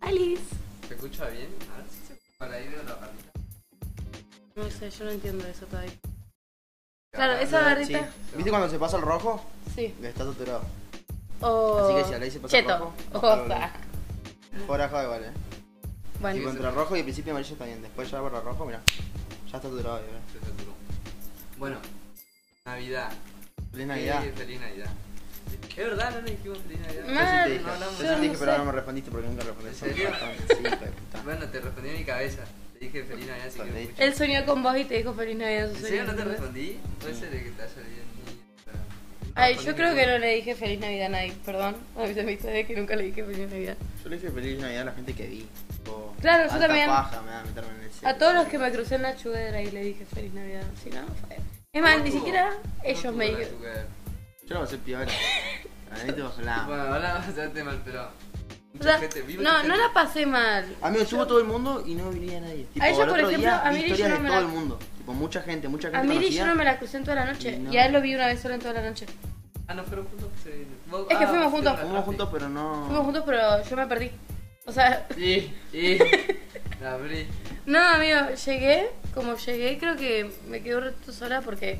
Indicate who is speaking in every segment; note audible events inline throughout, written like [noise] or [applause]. Speaker 1: Alice.
Speaker 2: ¿Se escucha bien? A ver si se para ahí veo la barrita.
Speaker 1: No sé, yo no entiendo eso todavía. Claro, esa barrita.
Speaker 2: Sí.
Speaker 3: ¿Viste cuando se pasa el rojo?
Speaker 1: Sí.
Speaker 3: Le está saturado.
Speaker 1: O.
Speaker 3: Así que si a Alice se pasa el
Speaker 1: Oh. Cheto.
Speaker 3: rojo, no,
Speaker 1: Cosa.
Speaker 3: Fuera joda igual, eh. Y
Speaker 1: Bueno,
Speaker 3: contra rojo y al principio amarillo también. Después ya barra rojo, mirá. Ya está saturado, eh.
Speaker 2: Se saturó. Bueno, Navidad.
Speaker 3: Feliz Navidad.
Speaker 2: Sí, feliz Navidad. Es verdad, no nos dijimos feliz Navidad.
Speaker 3: Yo sí te dije,
Speaker 1: No
Speaker 2: hablamos.
Speaker 3: yo sí te dije,
Speaker 1: No
Speaker 3: pero
Speaker 1: sé.
Speaker 3: no me respondiste porque nunca respondiste.
Speaker 2: ¿En serio?
Speaker 3: Sí, hijo de puta.
Speaker 2: Bueno, te respondí en mi cabeza. Te dije feliz Navidad, así que me
Speaker 3: Joder.
Speaker 2: escuché.
Speaker 1: él soñó con vos y te dijo feliz Navidad.
Speaker 2: ¿En
Speaker 1: su
Speaker 2: serio no te
Speaker 1: sueño, ¿entendés?
Speaker 2: respondí? Puede ser que te haya olvidado.
Speaker 1: Ay, yo creo que no le dije feliz Navidad a nadie, perdón. A mis amistades que nunca le dije feliz Navidad.
Speaker 3: Yo le dije feliz Navidad a la gente que vi. tipo,
Speaker 1: Claro, yo
Speaker 3: alta
Speaker 1: también.
Speaker 3: paja me da meterme en el
Speaker 1: A todos los que me crucé en la chuguera y le dije feliz Navidad. Si no, fue. Es más, ni siquiera ellos me dijeron.
Speaker 3: Yo lo pasé
Speaker 1: [laughs]
Speaker 3: peor. A mí te bajó la...
Speaker 2: Bueno, ahora vas a hacerte mal, pero.
Speaker 1: O sea,
Speaker 2: Mucha gente, vi mucha
Speaker 1: no, no
Speaker 2: gente.
Speaker 1: la pasé mal.
Speaker 3: Amigo, subo todo el mundo y no venía nadie. Tipo,
Speaker 1: A ella,
Speaker 3: al
Speaker 1: por
Speaker 3: otro
Speaker 1: ejemplo,
Speaker 3: día,
Speaker 1: a
Speaker 3: vi
Speaker 1: Miri yo
Speaker 3: historias
Speaker 1: no
Speaker 3: de
Speaker 1: me
Speaker 3: todo
Speaker 1: la-
Speaker 3: el mundo. Tipo, mucha gente, mucha gente
Speaker 1: A Miri
Speaker 3: conocida.
Speaker 1: yo no me la crucé en toda la noche.
Speaker 3: No.
Speaker 1: Y a él lo vi una vez solo en toda la noche.
Speaker 2: Ah, no fueron juntos. Sí. Vos-
Speaker 1: Es que
Speaker 2: ah,
Speaker 1: fuimos
Speaker 2: vos
Speaker 1: juntos.
Speaker 2: te
Speaker 3: Fuimos
Speaker 2: atrapaste.
Speaker 3: juntos, pero no...
Speaker 1: Fuimos juntos, pero yo me perdí. O sea,
Speaker 2: Sí,
Speaker 3: [laughs]
Speaker 2: sí. La abrí.
Speaker 1: no, amigo, llegué, como llegué, creo que me quedé un rato sola porque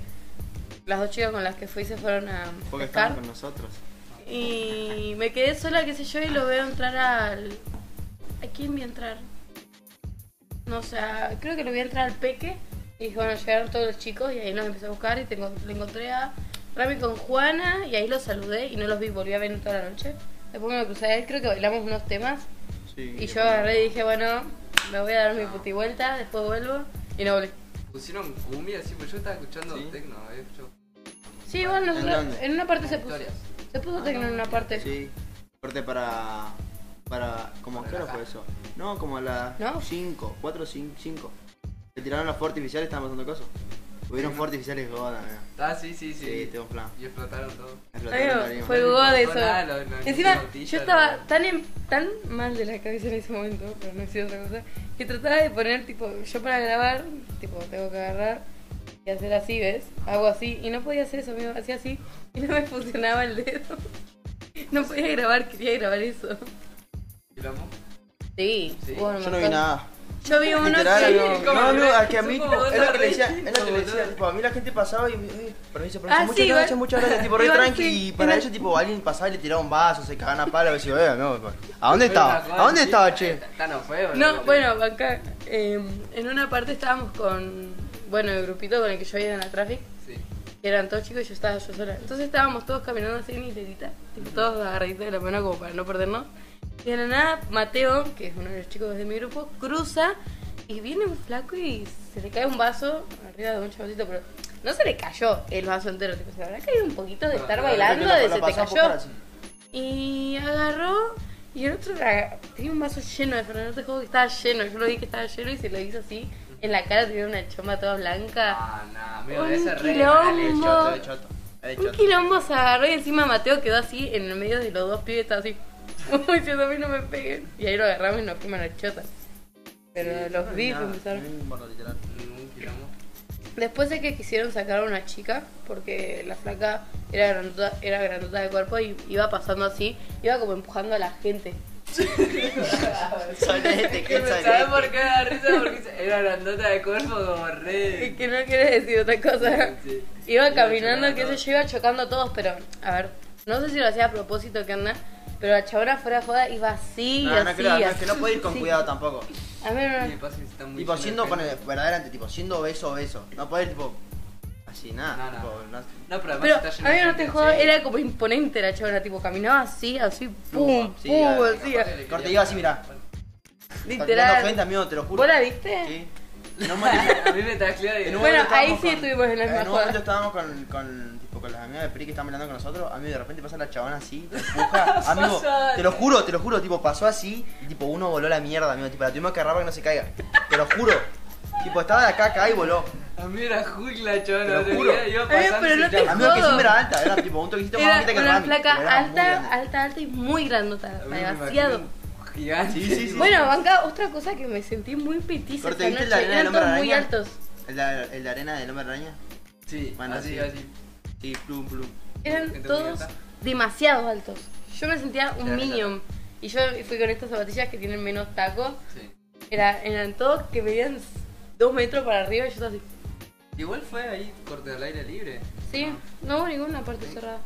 Speaker 1: las dos chicas con las que fui se fueron a
Speaker 3: Porque
Speaker 1: pescar.
Speaker 3: estaban con nosotros.
Speaker 1: Y me quedé sola, qué sé yo, y lo veo entrar al. ¿A quién vi entrar? No, o sea, creo que lo vi entrar al Peque. Y bueno, llegaron todos los chicos y ahí nos empecé a buscar y te encon- le encontré a Rami con Juana y ahí los saludé y no los vi, volví a ver toda la noche. Después me lo crucé a él, creo que bailamos unos temas
Speaker 3: Sí,
Speaker 1: y yo agarré y dije, bueno, me voy a dar mi puti vuelta, después vuelvo y no volví.
Speaker 2: Pusieron cumbia, así, pues yo estaba escuchando
Speaker 3: Sí.
Speaker 2: tecno. había escuchado
Speaker 1: Sí, igual nosotros,
Speaker 3: ¿En dónde?
Speaker 1: en una parte se puso,
Speaker 2: historias.
Speaker 1: se puso tecno en una parte.
Speaker 3: Sí. Corte para. Para. como ¿Qué hora fue eso? No, como a las
Speaker 1: ¿No?
Speaker 3: 5, 4, 5. Se tiraron los fuegos artificiales, estaban pasando cosas. Hubieron fuegos artificiales goda, mira.
Speaker 2: Ah, sí, sí, sí.
Speaker 3: Sí, tengo un plan.
Speaker 2: Y explotaron todo.
Speaker 3: Explotaron la
Speaker 1: Amigo,
Speaker 3: tarima.
Speaker 1: fue
Speaker 2: No le
Speaker 1: Hugo de eso.
Speaker 2: importó nada, lo- lo-
Speaker 1: Encima,
Speaker 2: lo bautizan,
Speaker 1: yo estaba
Speaker 2: lo-
Speaker 1: tan, en- tan mal de la cabeza en ese momento, pero no hice otra cosa, que trataba de poner, tipo, yo para grabar, tipo, tengo que agarrar y hacer así, ¿ves? Hago así, y no podía hacer eso, amigo, hacía así, y no me funcionaba el dedo. [laughs] No podía grabar, quería grabar eso.
Speaker 2: ¿Y lo amo?
Speaker 1: Sí,
Speaker 2: Sí.
Speaker 1: hubo un
Speaker 3: Yo no vi
Speaker 1: montón.
Speaker 3: nada.
Speaker 1: Yo vi uno
Speaker 3: Literal,
Speaker 1: que-
Speaker 3: no.
Speaker 1: [laughs]
Speaker 2: como
Speaker 3: No, no,
Speaker 2: que
Speaker 3: es que a mí,
Speaker 2: somos
Speaker 3: tipo,
Speaker 2: dos
Speaker 3: es lo que le decía,
Speaker 2: artistas,
Speaker 3: es lo que le
Speaker 2: boludo.
Speaker 3: decía, tipo, a mí la gente pasaba y, "Ey, permiso, permiso,
Speaker 1: Ah,
Speaker 3: muchas
Speaker 1: sí,
Speaker 3: gracias,
Speaker 1: igual-
Speaker 3: muchas gracias, tipo, re
Speaker 1: igual
Speaker 3: tranqui,
Speaker 1: sí.
Speaker 3: y para ellos, tipo, alguien pasaba y le tiraba un vaso, se cagaban a palo, y decía, "Eh, no, ¿a dónde estaba? ¿A dónde estaba, che?
Speaker 2: Está no fue, boludo.
Speaker 1: No, bueno, acá, eh, en una parte estábamos con, bueno, el grupito con el que yo iba en la traffic.
Speaker 2: Sí.
Speaker 1: que eran todos chicos y yo estaba yo sola. Entonces estábamos todos caminando así en hilerita, tipo, todos agarraditos de la mano como para no perdernos. Y de la nada, Mateo, que es uno de los chicos de mi grupo, cruza y viene un flaco y se le cae un vaso arriba de un chaboncito, pero no se le cayó el vaso entero, tipo, se habrá caído un poquito de
Speaker 2: No,
Speaker 1: estar
Speaker 2: no,
Speaker 1: bailando,
Speaker 3: La
Speaker 1: de
Speaker 3: pasaba
Speaker 1: se te
Speaker 3: por
Speaker 1: cayó.
Speaker 3: cara, sí.
Speaker 1: Y agarró y el otro aga- tenía un vaso lleno de Fernando Tejo que estaba lleno, yo lo vi que estaba lleno y se lo hizo así. En la cara tenía una choma toda blanca.
Speaker 2: Ah, no, amigo,
Speaker 1: Un
Speaker 2: ese re
Speaker 1: quilombo.
Speaker 2: mal hecho.
Speaker 3: Choto, eh, choto, eh,
Speaker 1: Un
Speaker 3: choto.
Speaker 1: quilombo se agarró y encima Mateo quedó así en el medio de los dos pibes, estaba así, [laughs] "Uy, diciendo a mí no me peguen. Y ahí lo agarramos y nos fuimos a la chota. Pero los vi que
Speaker 3: Nada,
Speaker 1: empezaron.
Speaker 3: no me importa, literal.
Speaker 2: Ningún Mm, quilombo.
Speaker 1: Después es que quisieron sacar a una chica, porque la flaca era grandota, era grandota de cuerpo y iba pasando así, iba como empujando a la gente.
Speaker 2: este,
Speaker 3: Solete, qué
Speaker 2: ¿Sabes
Speaker 3: solete.
Speaker 2: por qué me da risa? Porque se- era grandota de cuerpo como
Speaker 1: Es
Speaker 2: re.
Speaker 1: que no quiere decir otra cosa.
Speaker 2: Sí.
Speaker 1: Iba
Speaker 2: Iba
Speaker 1: caminando,
Speaker 2: chocando
Speaker 1: que
Speaker 2: a
Speaker 1: se
Speaker 2: todos.
Speaker 1: yo, iba chocando a todos, pero a ver, no sé si lo hacía a propósito que anda, pero la chabona fuera de joda iba así,
Speaker 3: No,
Speaker 1: así,
Speaker 3: no creo, no, es
Speaker 1: así.
Speaker 3: que no puede ir con
Speaker 1: Sí.
Speaker 3: cuidado tampoco.
Speaker 1: A ver, no, no.
Speaker 2: Y pasa que está muy
Speaker 3: Tipo,
Speaker 2: lleno de
Speaker 3: siendo con
Speaker 2: gente.
Speaker 3: el verdaderamente, tipo, siendo obeso, obeso. No puede ir, tipo, así, nada.
Speaker 2: No, no.
Speaker 3: tipo, no-
Speaker 2: No, pero además
Speaker 1: Pero
Speaker 2: está lleno
Speaker 1: a mí
Speaker 2: de
Speaker 1: no
Speaker 2: gente,
Speaker 1: te jodas,
Speaker 2: sí.
Speaker 1: era como imponente la chabona, tipo, caminaba así, así, pum,
Speaker 3: Sí,
Speaker 1: pum,
Speaker 3: a-
Speaker 1: así,
Speaker 2: Aparte le
Speaker 3: Corte,
Speaker 2: quería-
Speaker 3: iba así, mirá. Tacleando gente,
Speaker 1: literal.
Speaker 3: amigo, te lo juro.
Speaker 1: ¿Vos la viste?
Speaker 3: Sí. No me
Speaker 2: [laughs] A mí me taclea
Speaker 3: En un
Speaker 2: de.
Speaker 1: Bueno,
Speaker 3: momento
Speaker 1: ahí
Speaker 3: estábamos
Speaker 1: sí estuvimos en la misma
Speaker 3: En un
Speaker 1: joda.
Speaker 3: momento estábamos con, con, tipo, con las amigas de Pri que estaban mirando con nosotros. A mí de repente pasa la chabona así,
Speaker 1: [laughs]
Speaker 3: te empuja. amigo,
Speaker 2: Pasó.
Speaker 3: te lo juro, te lo juro. Tipo, pasó así y tipo, uno voló la mierda, amigo. Tipo, la tuvimos que agarrar para que no se caiga. Te lo juro. Tipo, estaba de acá, a acá y voló.
Speaker 2: A mí era Ah, Hulk la
Speaker 3: Te lo
Speaker 2: chabona.
Speaker 3: juro.
Speaker 2: Iba
Speaker 1: A ver,
Speaker 2: pasando
Speaker 1: pero
Speaker 2: y
Speaker 1: no
Speaker 2: se
Speaker 1: te
Speaker 2: llama-
Speaker 3: Amigo, que
Speaker 1: jodo.
Speaker 3: encima era alta, era tipo un toquecito más
Speaker 1: Era
Speaker 3: grande que el
Speaker 1: una
Speaker 3: Rami,
Speaker 1: flaca
Speaker 3: pero era muy
Speaker 1: alta,
Speaker 3: grande.
Speaker 1: alta, alta y muy grandota,
Speaker 2: A mí me
Speaker 1: demasiado.
Speaker 2: imagino un Gigante.
Speaker 3: Sí, sí, sí.
Speaker 1: Bueno, banca, otra cosa que me sentí muy petiza
Speaker 3: Corte,
Speaker 1: esa
Speaker 3: ¿viste
Speaker 1: noche,
Speaker 3: la arena del
Speaker 1: eran
Speaker 3: hombre
Speaker 1: todos muy
Speaker 3: araña?
Speaker 1: altos.
Speaker 3: ¿El de, el de arena del hombre araña?
Speaker 2: Sí,
Speaker 3: Bueno,
Speaker 2: así,
Speaker 3: sí.
Speaker 2: así.
Speaker 3: Sí, plum, plum.
Speaker 1: Eran
Speaker 2: Gente muy
Speaker 1: todos
Speaker 2: alta.
Speaker 1: demasiado altos. Yo me sentía un
Speaker 2: Claro,
Speaker 1: minion. Y yo fui con estas zapatillas que tienen menos tacos.
Speaker 2: Sí.
Speaker 1: Era, eran todos que medían dos metros para arriba y yo estaba así.
Speaker 2: Igual fue ahí, corte al aire libre.
Speaker 1: Sí,
Speaker 3: Ah.
Speaker 1: no hubo ninguna parte cerrada.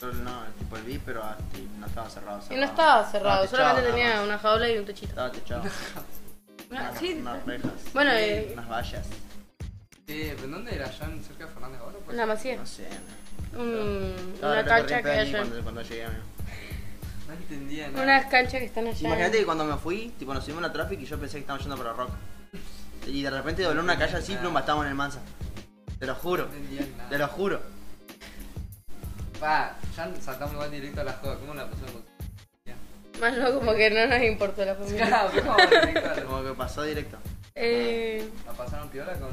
Speaker 3: Yo no, tipo el vi, pero ah, sí, no estaba cerrado.
Speaker 1: Y no estaba cerrado,
Speaker 3: techado,
Speaker 1: solamente
Speaker 3: Ah, nada
Speaker 1: tenía
Speaker 3: más. Ah,
Speaker 1: una jaula y un techito.
Speaker 3: Estaba techado.
Speaker 1: Una-
Speaker 3: Unas-
Speaker 1: sí,
Speaker 3: unas rejas.
Speaker 1: Bueno,
Speaker 3: Sí,
Speaker 1: eh,
Speaker 3: Unas vallas.
Speaker 2: Sí, ¿pero dónde era? ¿Allá en- cerca de Fernández Pues, ahora?
Speaker 1: en la macía.
Speaker 3: No sé.
Speaker 1: Un-
Speaker 3: Estaba
Speaker 1: una
Speaker 3: re
Speaker 1: cancha que
Speaker 3: corriente ahí
Speaker 1: hay allá.
Speaker 3: cuando, cuando llegué, amigo.
Speaker 2: No entendía nada.
Speaker 1: Unas canchas que están allá.
Speaker 3: Imagínate que cuando me fui, tipo, nos subimos en la traffic y yo pensé que estábamos yendo para Rock. Y de repente dobló una calle así, plumba, estábamos en el Mansa. Te lo juro,
Speaker 2: No entendía nada.
Speaker 3: te lo juro.
Speaker 2: Pa, ya saltamos igual directo a la joda. ¿Cómo la pasamos?
Speaker 1: Más no, como que no nos importó
Speaker 2: [laughs]
Speaker 1: la familia.
Speaker 2: Claro, vamos directo a la
Speaker 3: Como que pasó directo.
Speaker 1: eh,
Speaker 2: ¿La pasaron piola con,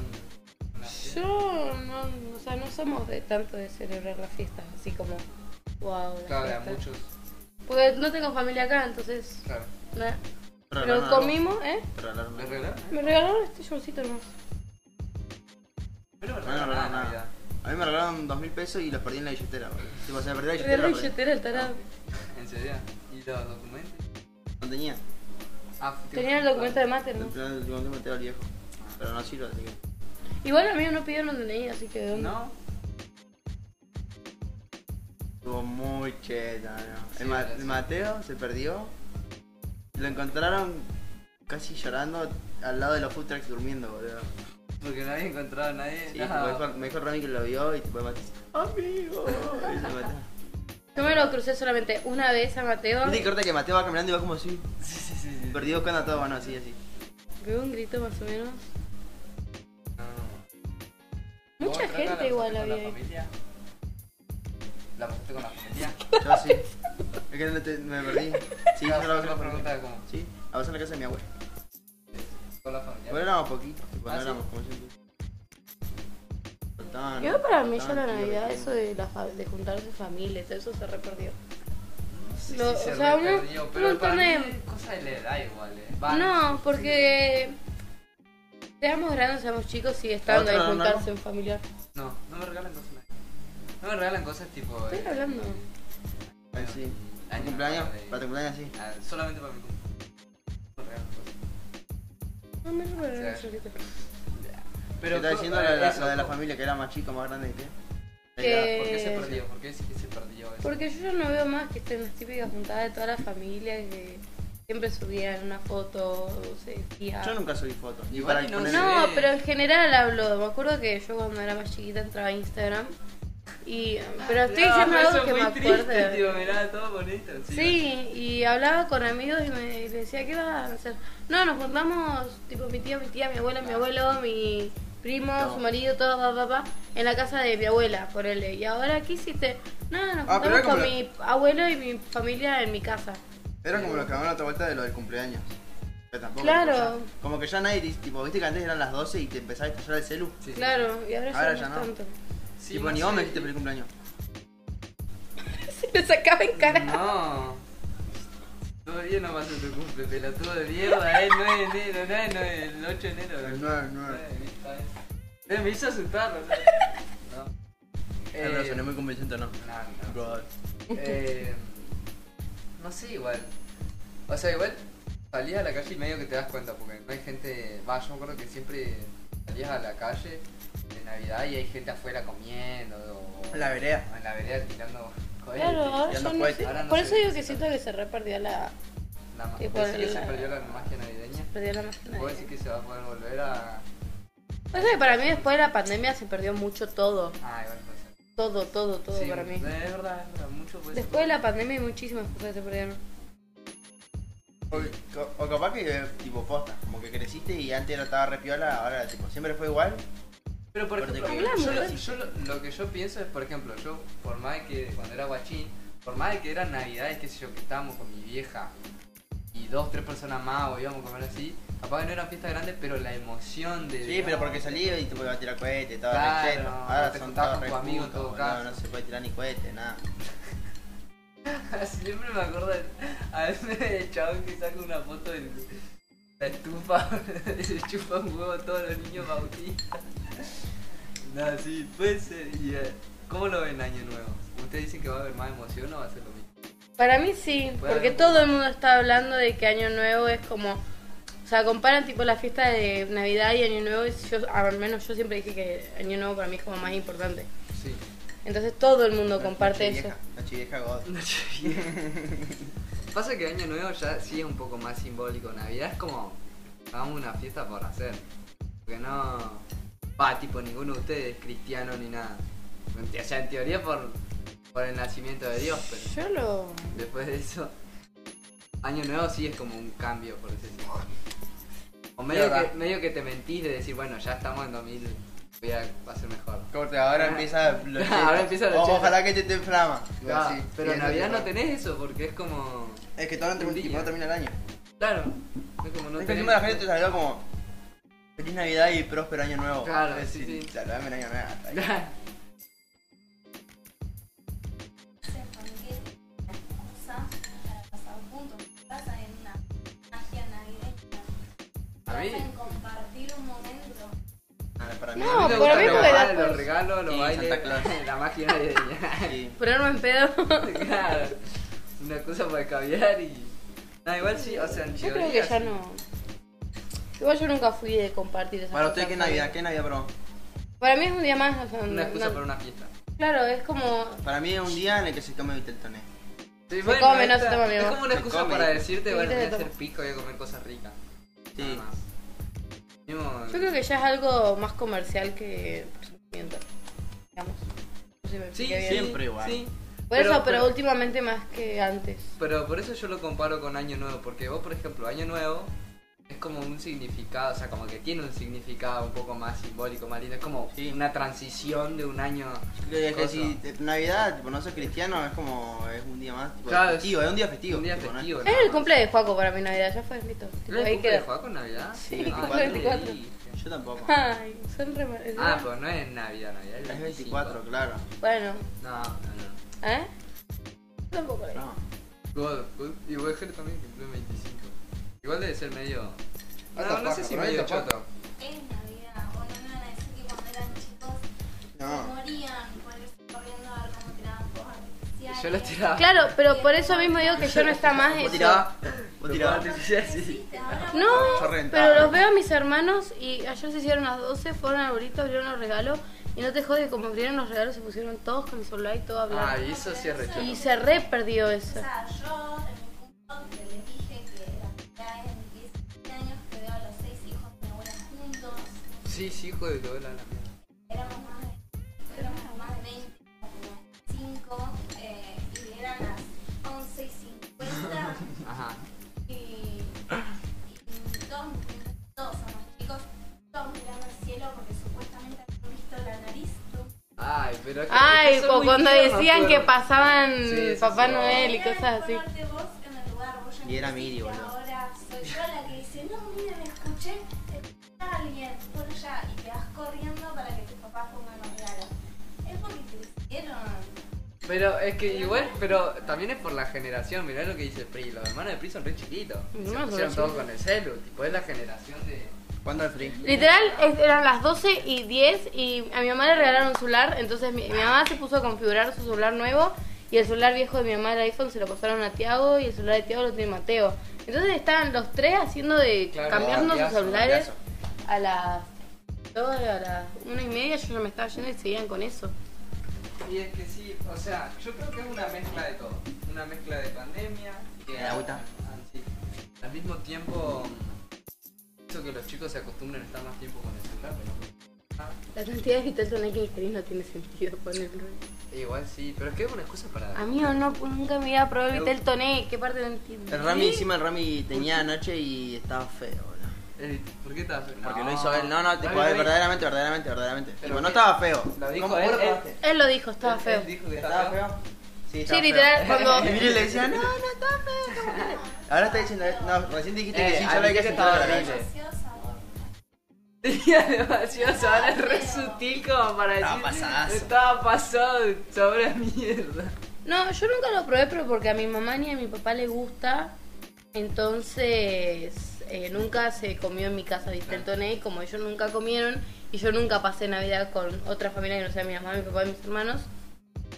Speaker 2: con la
Speaker 1: yo no, o sea, no somos de tanto de celebrar las fiestas, así como, wow, la
Speaker 2: Claro, a
Speaker 1: fiesta.
Speaker 2: muchos.
Speaker 1: Porque no tengo familia acá, entonces,
Speaker 2: Claro.
Speaker 1: nada.
Speaker 3: Regalaron
Speaker 1: Pero
Speaker 3: algo.
Speaker 1: comimos, ¿eh?
Speaker 3: Te regalaron
Speaker 2: ¿Me
Speaker 3: algo.
Speaker 2: regalaron?
Speaker 1: Me regalaron este shortcito nomás.
Speaker 2: Pero me
Speaker 3: No, no,
Speaker 2: regalaron
Speaker 3: no,
Speaker 2: nada,
Speaker 3: no.
Speaker 2: Navidad.
Speaker 3: A mí me regalaron dos mil pesos y los perdí en la billetera, boludo. Tipo, se me perdió la
Speaker 1: Regaló
Speaker 3: billetera.
Speaker 1: el
Speaker 3: la perdí.
Speaker 1: billetera el tarado.
Speaker 2: Ah, En serio. ¿Y los documentos?
Speaker 3: No tenía.
Speaker 2: Ah, fuiste-
Speaker 1: Tenía el documento de mater,
Speaker 3: El
Speaker 1: ¿no?
Speaker 3: plan del último tiempo te al viejo. Pero no sirve, así que.
Speaker 1: Igual a mí no pidieron DNI, así que... ¿de dónde?
Speaker 2: No,
Speaker 3: Estuvo muy cheta, ¿no?
Speaker 2: Sí,
Speaker 3: el, Ma-
Speaker 2: ahora sí.
Speaker 3: el Mateo se perdió. Lo encontraron casi llorando al lado de los food trucks durmiendo, boludo.
Speaker 2: porque no había encontrado a nadie.
Speaker 3: Sí, tipo,
Speaker 2: nada.
Speaker 3: me, dijo, me dijo Rami que lo vio y tipo Mateo dice, ¡Amigo! Y se mató.
Speaker 2: [laughs]
Speaker 1: Yo me lo crucé solamente una vez a Mateo.
Speaker 3: Viste que corta que Mateo va caminando y va como así,
Speaker 2: Sí, sí, sí. sí.
Speaker 3: perdido buscando a todo, bueno, así, así.
Speaker 1: Veo un grito más o menos.
Speaker 2: No.
Speaker 1: Mucha
Speaker 2: ¿Vos, Troca,
Speaker 1: gente
Speaker 2: la pasaste
Speaker 1: igual
Speaker 2: con
Speaker 1: había
Speaker 2: la
Speaker 1: ahí.
Speaker 2: familia? ¿La pasaste con la familia?
Speaker 3: Yo así. Es que no te- me perdí. Sí, yo
Speaker 2: Claro, es
Speaker 3: la pasé
Speaker 2: una
Speaker 3: en la
Speaker 2: pregunta
Speaker 3: casa.
Speaker 2: de cómo.
Speaker 3: Sí, la pasé en la casa de mi abuela.
Speaker 2: Con la familia.
Speaker 3: Bueno, éramos poquitos, tipo,
Speaker 2: Ah,
Speaker 3: no
Speaker 2: sí.
Speaker 3: éramos como siempre.
Speaker 2: Ah,
Speaker 3: Faltaban-
Speaker 1: Yo para mí ya
Speaker 3: faltaban
Speaker 1: la
Speaker 3: tíos,
Speaker 1: Navidad,
Speaker 3: primos.
Speaker 1: eso de, la fa- de juntarse familias, eso se reperdió.
Speaker 2: No sé
Speaker 1: Lo-
Speaker 2: si
Speaker 1: o
Speaker 2: se
Speaker 1: sea, un-
Speaker 2: reperdió,
Speaker 1: un
Speaker 2: pero
Speaker 1: montón
Speaker 2: para
Speaker 1: de-
Speaker 2: mí es cosa de la edad igual, eh. Va,
Speaker 1: No,
Speaker 2: sé,
Speaker 1: porque seamos grandes, seamos chicos, sigue estando ahí
Speaker 3: Otro, ¿no?
Speaker 1: juntarse en familiar.
Speaker 2: sí. No, no me regalan cosas. nadie. No me regalan cosas tipo. eh,
Speaker 1: Estoy hablando.
Speaker 3: Ay, sí. ¿Para
Speaker 2: año,
Speaker 3: tu cumpleaños?
Speaker 2: eh,
Speaker 3: Para tu cumpleaños, sí.
Speaker 2: ah, solamente para mi cumpleaños. No me regalan cosas.
Speaker 1: No me regalaron
Speaker 2: Sí.
Speaker 1: un chorrito.
Speaker 2: Pero
Speaker 3: Pero está
Speaker 2: co-
Speaker 3: diciendo
Speaker 2: eh,
Speaker 3: la, la-
Speaker 2: eso,
Speaker 3: la de la
Speaker 2: co-
Speaker 3: familia que era más chico, más grande que
Speaker 2: ¿Por qué se
Speaker 1: Eh,
Speaker 2: perdió? ¿Por qué sí que se perdió eso?
Speaker 1: Porque yo ya no veo más que estén las típicas juntadas de toda la familia que siempre subían una foto, o se decía.
Speaker 3: Yo nunca subí fotos. Y
Speaker 2: Igual
Speaker 3: para
Speaker 2: y no
Speaker 3: poner-
Speaker 2: sé.
Speaker 1: No, pero en general hablo. Me acuerdo que yo cuando era más chiquita entraba a Instagram. Y, pero estoy
Speaker 2: Ah, No,
Speaker 1: diciendo
Speaker 2: pero
Speaker 1: algo
Speaker 2: eso
Speaker 1: que
Speaker 2: es
Speaker 1: me
Speaker 2: muy triste,
Speaker 1: acuerdo.
Speaker 2: tío, mirá, todo bonito.
Speaker 1: Sí, y hablaba con amigos y me y le decía, ¿qué vas a hacer? No, nos juntamos, tipo, mi tío, mi tía, mi abuela, mi abuelo, mi primo,
Speaker 3: No.
Speaker 1: su marido, todo, papá, en la casa de mi abuela, por él. Y ahora, ¿qué hiciste? No, nos
Speaker 3: Ah, pero
Speaker 1: juntamos
Speaker 3: era como
Speaker 1: con
Speaker 3: la-
Speaker 1: mi abuelo y mi familia en mi casa.
Speaker 3: Era como los que hablaban la otra vuelta de lo del cumpleaños. Que tampoco
Speaker 1: Claro.
Speaker 3: o sea, como que ya nadie, te- tipo, viste que antes eran las 12 y te empezaba a estallar el celu.
Speaker 2: Sí, sí.
Speaker 1: Claro, y ahora,
Speaker 3: Ahora
Speaker 1: ya,
Speaker 3: ya
Speaker 1: no
Speaker 3: no.
Speaker 1: es tanto.
Speaker 2: Sí,
Speaker 3: tipo,
Speaker 2: no
Speaker 3: ni vos
Speaker 2: sé. eh.
Speaker 3: me dijiste feliz cumpleaños.
Speaker 1: [laughs] Se le sacaba en cara.
Speaker 2: No. Todavía no pasó tu cumple, pelotudo de mierda, eh. 9 de enero, no, no, el 8 de enero.
Speaker 3: El 9, el 9.
Speaker 2: Eh, no. Eh, me hizo asustar,
Speaker 3: [laughs]
Speaker 2: o sea. No.
Speaker 3: Eh, pero soné muy convincente, ¿no?
Speaker 2: no, no.
Speaker 3: Bro,
Speaker 2: Eh, no sé, igual. O sea, igual salías a la calle y medio que te das cuenta, porque no hay gente. Va, yo me acuerdo que siempre salías a la calle de Navidad y hay gente afuera comiendo. O,
Speaker 3: En la vereda.
Speaker 2: o En la vereda tirando cohetes.
Speaker 1: Claro, ahora
Speaker 3: ya
Speaker 1: ya
Speaker 3: no
Speaker 1: no
Speaker 3: puede-
Speaker 1: sé.
Speaker 2: ahora eh, no
Speaker 1: Por
Speaker 2: se
Speaker 1: eso
Speaker 2: ve.
Speaker 1: digo que siento que se re perdió la,
Speaker 2: La ma-
Speaker 1: Y
Speaker 2: ¿Vos
Speaker 1: por
Speaker 2: decís que se
Speaker 1: la-
Speaker 2: perdió la magia navideña?
Speaker 1: perdió la magia
Speaker 2: ¿Vos decís
Speaker 1: navideña.
Speaker 2: que se va a poder volver a...?
Speaker 1: Pasa que para mí después de la pandemia se perdió mucho todo.
Speaker 2: Ah, igual puede ser.
Speaker 1: Todo, todo, todo
Speaker 2: Sí,
Speaker 1: para mí.
Speaker 2: Es verdad, es verdad, mucho puede ser.
Speaker 1: Después de la pandemia hay muchísimas cosas que se perdieron.
Speaker 3: O, o capaz que, eh, tipo, posta. Como que creciste y antes no estaba repiola, ahora, tipo, siempre fue igual.
Speaker 2: Pero por
Speaker 3: Porque
Speaker 2: ejemplo,
Speaker 1: hablamos,
Speaker 2: yo, lo,
Speaker 1: ¿verdad?
Speaker 2: yo lo- lo que yo pienso es, por ejemplo, yo por más de que cuando era guachín, por más de que eran navidades, qué sé yo, que estábamos con mi vieja y dos, tres personas más o íbamos a comer así, capaz que no eran fiestas grandes, pero la emoción de...
Speaker 3: Sí, pero porque salí y tipo iba a tirar cohetes, estaba
Speaker 2: Claro,
Speaker 3: re cheto. Ahora
Speaker 2: te
Speaker 3: son
Speaker 2: juntás
Speaker 3: todos
Speaker 2: con
Speaker 3: re
Speaker 2: tu amigo en
Speaker 3: putos,
Speaker 2: todo
Speaker 3: boludo,
Speaker 2: caso.
Speaker 3: No se puede tirar ni cohetes, nada.
Speaker 2: [laughs] Siempre me acuerdo del- a [laughs] ese chabón que saca una foto de la estufa, [laughs] le chupa un huevo a todos los niños bautistas. [laughs] Nada, sí, puede ser. Y, eh, ¿Cómo lo ven Año Nuevo? ¿Ustedes dicen que va a haber más emoción o va a ser lo mismo?
Speaker 1: Para mí sí,
Speaker 2: Bueno.
Speaker 1: porque todo el mundo está hablando de que Año Nuevo es como... O sea, comparan tipo la fiesta de Navidad y Año Nuevo y yo, al menos yo siempre dije que Año Nuevo para mí es como más importante.
Speaker 2: Sí.
Speaker 1: Entonces todo el mundo comparte
Speaker 4: Noche
Speaker 1: eso.
Speaker 4: vieja, Noche vieja, God.
Speaker 2: Pasa que Año Nuevo ya sí es un poco más simbólico. Navidad es como. Hagamos una fiesta por hacer. Porque no. Va, tipo, ninguno de ustedes es cristiano ni nada. O sea, en teoría por, por el nacimiento de Dios, pero
Speaker 1: Yo lo...
Speaker 2: después de eso. Año Nuevo sí es como un cambio, por decirlo así. O medio
Speaker 4: verdad.
Speaker 2: que, medio que te mentís de decir, bueno, ya estamos en 2000, voy a, va a ser mejor.
Speaker 4: Corte, ahora
Speaker 2: [laughs]
Speaker 4: empieza lo
Speaker 2: Ahora empieza lo
Speaker 4: O-
Speaker 2: cheto.
Speaker 4: Ojalá que te te inflama.
Speaker 2: Ah,
Speaker 4: Sí,
Speaker 2: pero
Speaker 4: sí,
Speaker 2: en
Speaker 4: eso
Speaker 2: Navidad
Speaker 4: sí,
Speaker 2: no
Speaker 4: verdad.
Speaker 2: tenés eso, porque es como.
Speaker 4: Es que todavía no termina,
Speaker 2: Un día.
Speaker 4: tipo, no termina el año.
Speaker 2: Claro, es como no
Speaker 4: es que
Speaker 2: tenés-
Speaker 4: encima la
Speaker 2: [laughs]
Speaker 4: gente te saluda como. Feliz Navidad y próspero año nuevo.
Speaker 2: Claro,
Speaker 4: Es
Speaker 2: sí,
Speaker 4: decir,
Speaker 2: sí.
Speaker 4: Saludame el año nuevo. hasta ahí.
Speaker 5: hacer familia, cosas para pasar juntos. Pasa en una magia navideña.
Speaker 2: A mí-
Speaker 5: Pasa en compartir un momento.
Speaker 4: Ah, para mí.
Speaker 1: No,
Speaker 2: Me
Speaker 1: por
Speaker 2: gusta
Speaker 1: mí
Speaker 2: los
Speaker 1: porque
Speaker 2: bailes,
Speaker 1: después-
Speaker 2: Los regalos, los
Speaker 4: Y
Speaker 2: bailes,
Speaker 4: Santa Claus.
Speaker 2: [laughs] la magia navideña.
Speaker 4: Sí.
Speaker 1: Ponerme en
Speaker 5: [laughs]
Speaker 1: pedo.
Speaker 2: [laughs] claro. Una cosa para caviar y. No, igual sí, o sea, en
Speaker 1: Yo creo
Speaker 2: teoría
Speaker 1: que ya
Speaker 2: sí.
Speaker 1: no. Igual yo nunca fui de compartir esas
Speaker 4: Para usted,
Speaker 1: cosas.
Speaker 4: ¿qué Navidad? ¿Qué Navidad, bro?
Speaker 1: Para mí es un día más. o sea,
Speaker 2: Una excusa
Speaker 1: no-
Speaker 2: para una fiesta.
Speaker 1: Claro, es como.
Speaker 4: Para mí es un día en el que se come vitel toné.
Speaker 2: Sí,
Speaker 1: come, no
Speaker 2: esta-
Speaker 1: se toma, mi
Speaker 2: Es
Speaker 1: amor.
Speaker 2: como una
Speaker 4: Se
Speaker 2: excusa
Speaker 4: come.
Speaker 2: para decirte,
Speaker 1: Sí,
Speaker 2: bueno,
Speaker 1: se
Speaker 2: voy a
Speaker 1: toma.
Speaker 2: hacer pico, voy a comer cosas ricas.
Speaker 4: Sí.
Speaker 2: Nada más. Mismo-
Speaker 1: Yo creo que ya es algo más comercial que. Miento. Digamos. No sé si me
Speaker 2: Sí,
Speaker 1: expliqué
Speaker 2: sí,
Speaker 1: bien.
Speaker 4: Siempre igual.
Speaker 2: sí.
Speaker 1: Por eso, pero, últimamente más que antes.
Speaker 2: Pero por eso yo lo comparo con Año Nuevo, porque vos, por ejemplo, Año Nuevo es como un significado, o sea, como que tiene un significado un poco más simbólico, más lindo. Es como
Speaker 4: Sí.
Speaker 2: una transición de un año.
Speaker 4: Es que
Speaker 2: cosa.
Speaker 4: si eh, Navidad, tipo, no sos cristiano, es como. Es un día más. Tipo,
Speaker 2: Claro,
Speaker 4: festivo, es un día festivo.
Speaker 2: Un día
Speaker 4: tipo, ¿no?
Speaker 2: festivo.
Speaker 1: Es
Speaker 2: nada
Speaker 1: el
Speaker 2: más.
Speaker 1: cumple de Juaco para mi Navidad, ya fue, listo.
Speaker 2: ¿Era el
Speaker 1: Ahí
Speaker 2: cumple de
Speaker 1: queda.
Speaker 2: Juaco en Navidad?
Speaker 4: Sí,
Speaker 2: Ah,
Speaker 4: cumple
Speaker 2: no le
Speaker 1: 24.
Speaker 2: dije.
Speaker 4: Yo
Speaker 1: [laughs]
Speaker 4: tampoco.
Speaker 1: Ay, son re mal-
Speaker 2: Ah, pues no es en Navidad, Navidad
Speaker 4: Es
Speaker 2: es
Speaker 4: 24, claro.
Speaker 1: Bueno,
Speaker 2: No, no, no.
Speaker 1: ¿eh? Tampoco le-
Speaker 4: No.
Speaker 2: God, God, y Weger también cumplió 25. Igual debe ser medio.
Speaker 4: Ah,
Speaker 2: No, no
Speaker 4: tampoco,
Speaker 2: sé si
Speaker 4: pero
Speaker 2: medio
Speaker 4: tampoco.
Speaker 2: choto.
Speaker 5: Es Navidad. O no me van a decir que cuando eran chicos se
Speaker 4: No.
Speaker 5: morían por irse corriendo a ver cómo tiraban fuegos artificiales.
Speaker 2: Yo lo tiraba. [laughs]
Speaker 1: Claro, pero por eso mismo digo que yo no está más
Speaker 4: Vos
Speaker 1: eso.
Speaker 4: tirabas. Vos
Speaker 2: [laughs]
Speaker 4: tirabas.
Speaker 2: Lo
Speaker 5: ¿Qué
Speaker 2: sí, sí.
Speaker 5: hiciste? Ahora
Speaker 1: No,
Speaker 4: Yo rentaba.
Speaker 1: pero los veo a mis hermanos y ayer se hicieron las 12, fueron al burrito, abrieron los regalos y no te jode, como abrieron los regalos se pusieron todos con el celular y todo a
Speaker 2: Ah,
Speaker 1: hablar.
Speaker 2: y eso sí es re choto.
Speaker 1: y se re perdió
Speaker 5: O
Speaker 1: eso.
Speaker 5: sea, yo en mi cumpleaños que les dije que ya es mis 17 años que veo a los seis hijos de mi abuela juntos.
Speaker 2: Sí, sí, hijo de toda la mierda.
Speaker 5: Éramos más de, éramos más de 20, como 5, eh, y eran las 11 y 50.
Speaker 2: [laughs] Ajá.
Speaker 5: y, y todos, todos somos chicos, todos mirando al cielo porque supuestamente han visto la nariz.
Speaker 2: Ay, pero. es que-
Speaker 1: Ay,
Speaker 2: es que son
Speaker 1: o
Speaker 2: muy
Speaker 1: cuando
Speaker 2: tiernos,
Speaker 1: decían que
Speaker 2: pero-
Speaker 1: pasaban
Speaker 2: Sí, sí,
Speaker 1: Papá
Speaker 2: sí.
Speaker 1: Noel y
Speaker 5: Era
Speaker 1: cosas así.
Speaker 5: ponerte vos en el lugar, vos ya
Speaker 4: Y era
Speaker 5: no
Speaker 4: Miri,
Speaker 5: existís,
Speaker 4: boludo.
Speaker 5: Ahora soy yo la que dice, no, mira, me escuché, escuché a alguien, bueno ya, y te vas corriendo para que tus papás pongan los regalos. Es porque te hicieron.
Speaker 2: Pero es que igual, pero también es por la generación. Mirá lo que dice Pri. Los hermanos de Pri son re chiquitos.
Speaker 1: Mis
Speaker 2: Se
Speaker 1: hermanos son
Speaker 2: pusieron
Speaker 1: re
Speaker 2: todos
Speaker 1: chiquitos.
Speaker 2: con el celu. Tipo, es la generación de.
Speaker 4: ¿Cuándo el free?
Speaker 1: Literal, es- eran las 12 y 10 y a mi mamá le regalaron un celular, entonces mi, mi mamá se puso a configurar su celular nuevo y el celular viejo de mi mamá, el iPhone, se lo pasaron a Tiago y el celular de Tiago lo tiene Mateo. Entonces estaban los tres haciendo de
Speaker 2: Claro,
Speaker 1: cambiando sus
Speaker 2: cambiazo,
Speaker 1: celulares a las 2, a las 1 y media, yo ya me estaba yendo y seguían con eso.
Speaker 2: Y es que sí, o sea, yo creo que es una mezcla de todo. Una mezcla de pandemia. Que
Speaker 4: Eh, agüita.
Speaker 2: Ah, sí. Al mismo tiempo. Eso que los chicos se acostumbren a estar más tiempo con el celular, pero no
Speaker 1: La cantidad de vital con que escribís no tiene sentido ponerlo.
Speaker 2: Igual sí, pero es que es una excusa para.
Speaker 1: Amigo, no, nunca me iba a probar Vitel Toné, ¿qué parte no entiendo?
Speaker 4: El Rami, encima el Rami tenía anoche y estaba feo, boludo.
Speaker 2: Eh, ¿Por qué estás no.
Speaker 4: Porque lo hizo él. No, no, tipo,
Speaker 2: Dale,
Speaker 4: él
Speaker 2: dale.
Speaker 4: verdaderamente, verdaderamente, verdaderamente.
Speaker 2: Pero
Speaker 4: Tipo,
Speaker 2: que-
Speaker 4: no estaba feo.
Speaker 2: Lo dijo
Speaker 4: ¿Cómo-
Speaker 2: él,
Speaker 4: vos lo
Speaker 2: él-
Speaker 4: probaste?
Speaker 1: Él lo dijo, estaba
Speaker 2: Él-
Speaker 1: feo.
Speaker 2: él dijo que
Speaker 4: ¿Estaba feo?
Speaker 1: Sí,
Speaker 4: estaba [laughs]
Speaker 1: literal,
Speaker 4: feo.
Speaker 1: cuando...
Speaker 4: Y Miri le decía, no, no estaba feo. Ahora está diciendo, no, recién dijiste que
Speaker 2: Eh,
Speaker 4: sí,
Speaker 2: a
Speaker 4: solo hay
Speaker 2: mí
Speaker 4: que
Speaker 2: que
Speaker 4: sentar
Speaker 2: estaba
Speaker 4: la
Speaker 2: horrible.
Speaker 4: noche.
Speaker 5: Demasiado sabor.
Speaker 2: Tenía demasiado sabor, es re sutil como para
Speaker 4: Estaba
Speaker 2: decir.
Speaker 4: pasadazo.
Speaker 2: Estaba pasado de sabor a mierda.
Speaker 1: No, yo nunca lo probé, pero porque a mi mamá ni a mi papá le gusta. Entonces, eh, nunca se comió en mi casa Vitel Toné. Y como ellos nunca comieron, y yo nunca pasé Navidad con otra familia que no sea mi mamá, mi papá y mis hermanos,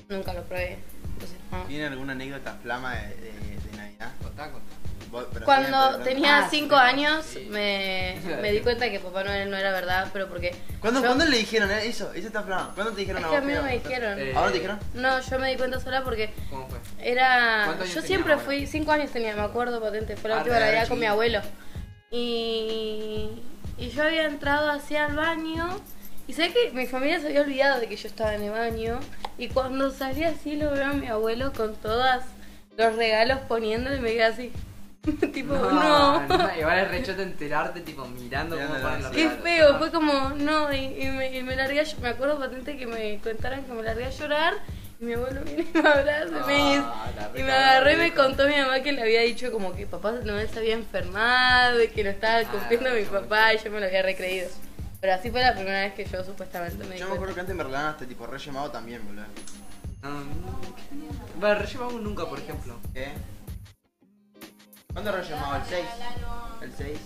Speaker 1: nunca lo probé. Entonces, Ajá.
Speaker 3: ¿Tiene alguna anécdota flama de, de- de Navidad?
Speaker 2: Contá, contá.
Speaker 3: Vos- pero
Speaker 1: Cuando
Speaker 3: siempre, ¿no?
Speaker 1: tenía
Speaker 3: Ah,
Speaker 1: 5
Speaker 3: sí.
Speaker 1: años
Speaker 2: Sí.
Speaker 1: me, me di cuenta que Papá Noel no era verdad, pero porque...
Speaker 3: ¿Cuándo,
Speaker 1: yo-
Speaker 3: ¿Cuándo le dijeron eh, eso? Eso está flama. ¿Cuándo te
Speaker 1: Es
Speaker 3: dijeron
Speaker 1: que
Speaker 3: vos,
Speaker 1: a mí no
Speaker 3: Feo?
Speaker 1: me dijeron.
Speaker 2: Eh,
Speaker 3: ¿A vos te dijeron?
Speaker 1: No, yo me di cuenta sola porque
Speaker 2: ¿Cómo fue?
Speaker 1: era...
Speaker 2: ¿Cuántos años
Speaker 1: Yo
Speaker 2: tenías,
Speaker 1: siempre
Speaker 2: abuela?
Speaker 1: fui... 5 años tenía, me acuerdo patente. Fue la
Speaker 2: Ah,
Speaker 1: última
Speaker 2: re
Speaker 1: Navidad con mi
Speaker 2: chiquita.
Speaker 1: abuelo. Y... Y yo había entrado así al baño. Y sé que mi familia se había olvidado de que yo estaba en el baño. Y cuando salí así lo veo a mi abuelo con todas los regalos poniéndole y me quedé así. [laughs] tipo, no.
Speaker 2: no, Igual es re choto enterarte, tipo, mirando cómo
Speaker 3: Mirando
Speaker 2: ponen
Speaker 3: la-
Speaker 2: los
Speaker 1: Qué
Speaker 2: regalos.
Speaker 1: feo, fue como, no, y, y me, y me largué a llo- me acuerdo patente que me contaron que me largué a llorar y mi abuelo viene y me abraza y me dice-
Speaker 2: Ah, la
Speaker 1: y me
Speaker 2: recabrón,
Speaker 1: agarré y me
Speaker 2: viejo.
Speaker 1: contó mi mamá que le había dicho como que papá Noel se había enfermado y que lo estaba cumpliendo
Speaker 2: Ah,
Speaker 1: mi
Speaker 2: no,
Speaker 1: papá y yo me lo había recreído. Pero así fue la primera vez que yo supuestamente me di
Speaker 3: Yo me
Speaker 1: cuenta.
Speaker 3: acuerdo que antes me regalaban hasta tipo re llamado también, boludo.
Speaker 2: No, no. Bueno, re llevamos nunca, por ejemplo.
Speaker 3: ¿Qué? ¿Cuándo re llamado? ¿El 6?
Speaker 5: Regalaron
Speaker 3: ¿El 6?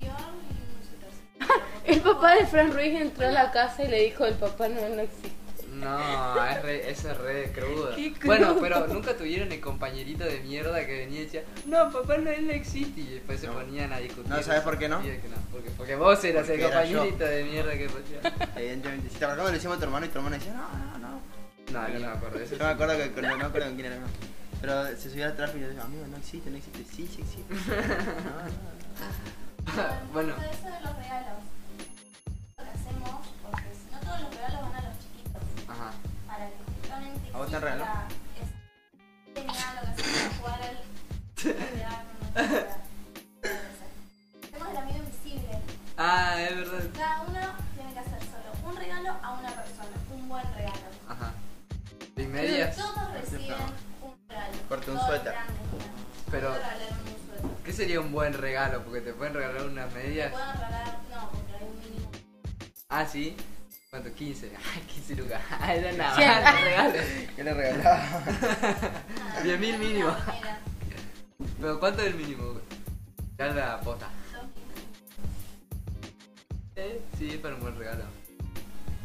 Speaker 5: guión y nosotros.
Speaker 1: El papá de Fran Ruiz entró a la casa y le dijo el papá Noel no existe.
Speaker 2: No, es re, eso es re crudo.
Speaker 1: Qué crudo.
Speaker 2: Bueno, pero nunca tuvieron el compañerito de mierda que venía y decía, no, papá no él no existe. Y después
Speaker 3: No.
Speaker 2: se ponían a discutir.
Speaker 3: No, ¿sabes por qué no?
Speaker 2: Y es que Porque, porque vos eras
Speaker 3: Porque
Speaker 2: el
Speaker 3: era
Speaker 2: compañerito de mierda que ponía.
Speaker 3: Evidentemente. Si te acordás, lo hicimos a tu hermano y tu hermano decía, no, no, no.
Speaker 2: No, yo no me acuerdo de eso.
Speaker 3: Yo me acuerdo que con, no me acuerdo con quién era. no. Pero se subía al tráfico y yo decía, amigo, no existe, no existe. Sí,
Speaker 1: [laughs]
Speaker 3: sí existe. No, no,
Speaker 2: [laughs]
Speaker 3: no.
Speaker 2: bueno,
Speaker 5: Todo eso de los regalos. Lo que hacemos, porque si no todos los regalos van a los chiquitos.
Speaker 2: ajá.
Speaker 5: Para que justamente.
Speaker 3: ¿A vos te han
Speaker 5: exista
Speaker 3: regalado?
Speaker 5: esa- Tenía lo que hacemos es jugar al. Regalar una cosa. Hacemos el amigo invisible.
Speaker 2: Ah, es verdad.
Speaker 5: Cada uno tiene que hacer solo un regalo a una persona. Un buen regalo.
Speaker 2: Ajá. Y medias.
Speaker 5: Todos reciben un regalo.
Speaker 3: Corte un
Speaker 5: Todos
Speaker 3: suéter.
Speaker 5: grandes, digamos.
Speaker 2: Pero-
Speaker 5: Todos regalaron un suéter.
Speaker 2: ¿Qué sería un buen regalo? Porque te pueden regalar unas medias.
Speaker 5: Pueden regalar, no, porque hay un mínimo.
Speaker 2: Ah, sí. ¿Cuánto? 15. Ay, 15 lucas. Ay, era nada.
Speaker 1: Cien.
Speaker 2: más, regalo.
Speaker 3: ¿Qué le regalaba?
Speaker 5: Nada,
Speaker 2: 10.000
Speaker 5: una
Speaker 2: mínimo.
Speaker 5: remera,
Speaker 2: Pero ¿cuánto es el mínimo? Ya la posta.
Speaker 5: dos mil.
Speaker 2: Eh, Sí, es para un buen regalo.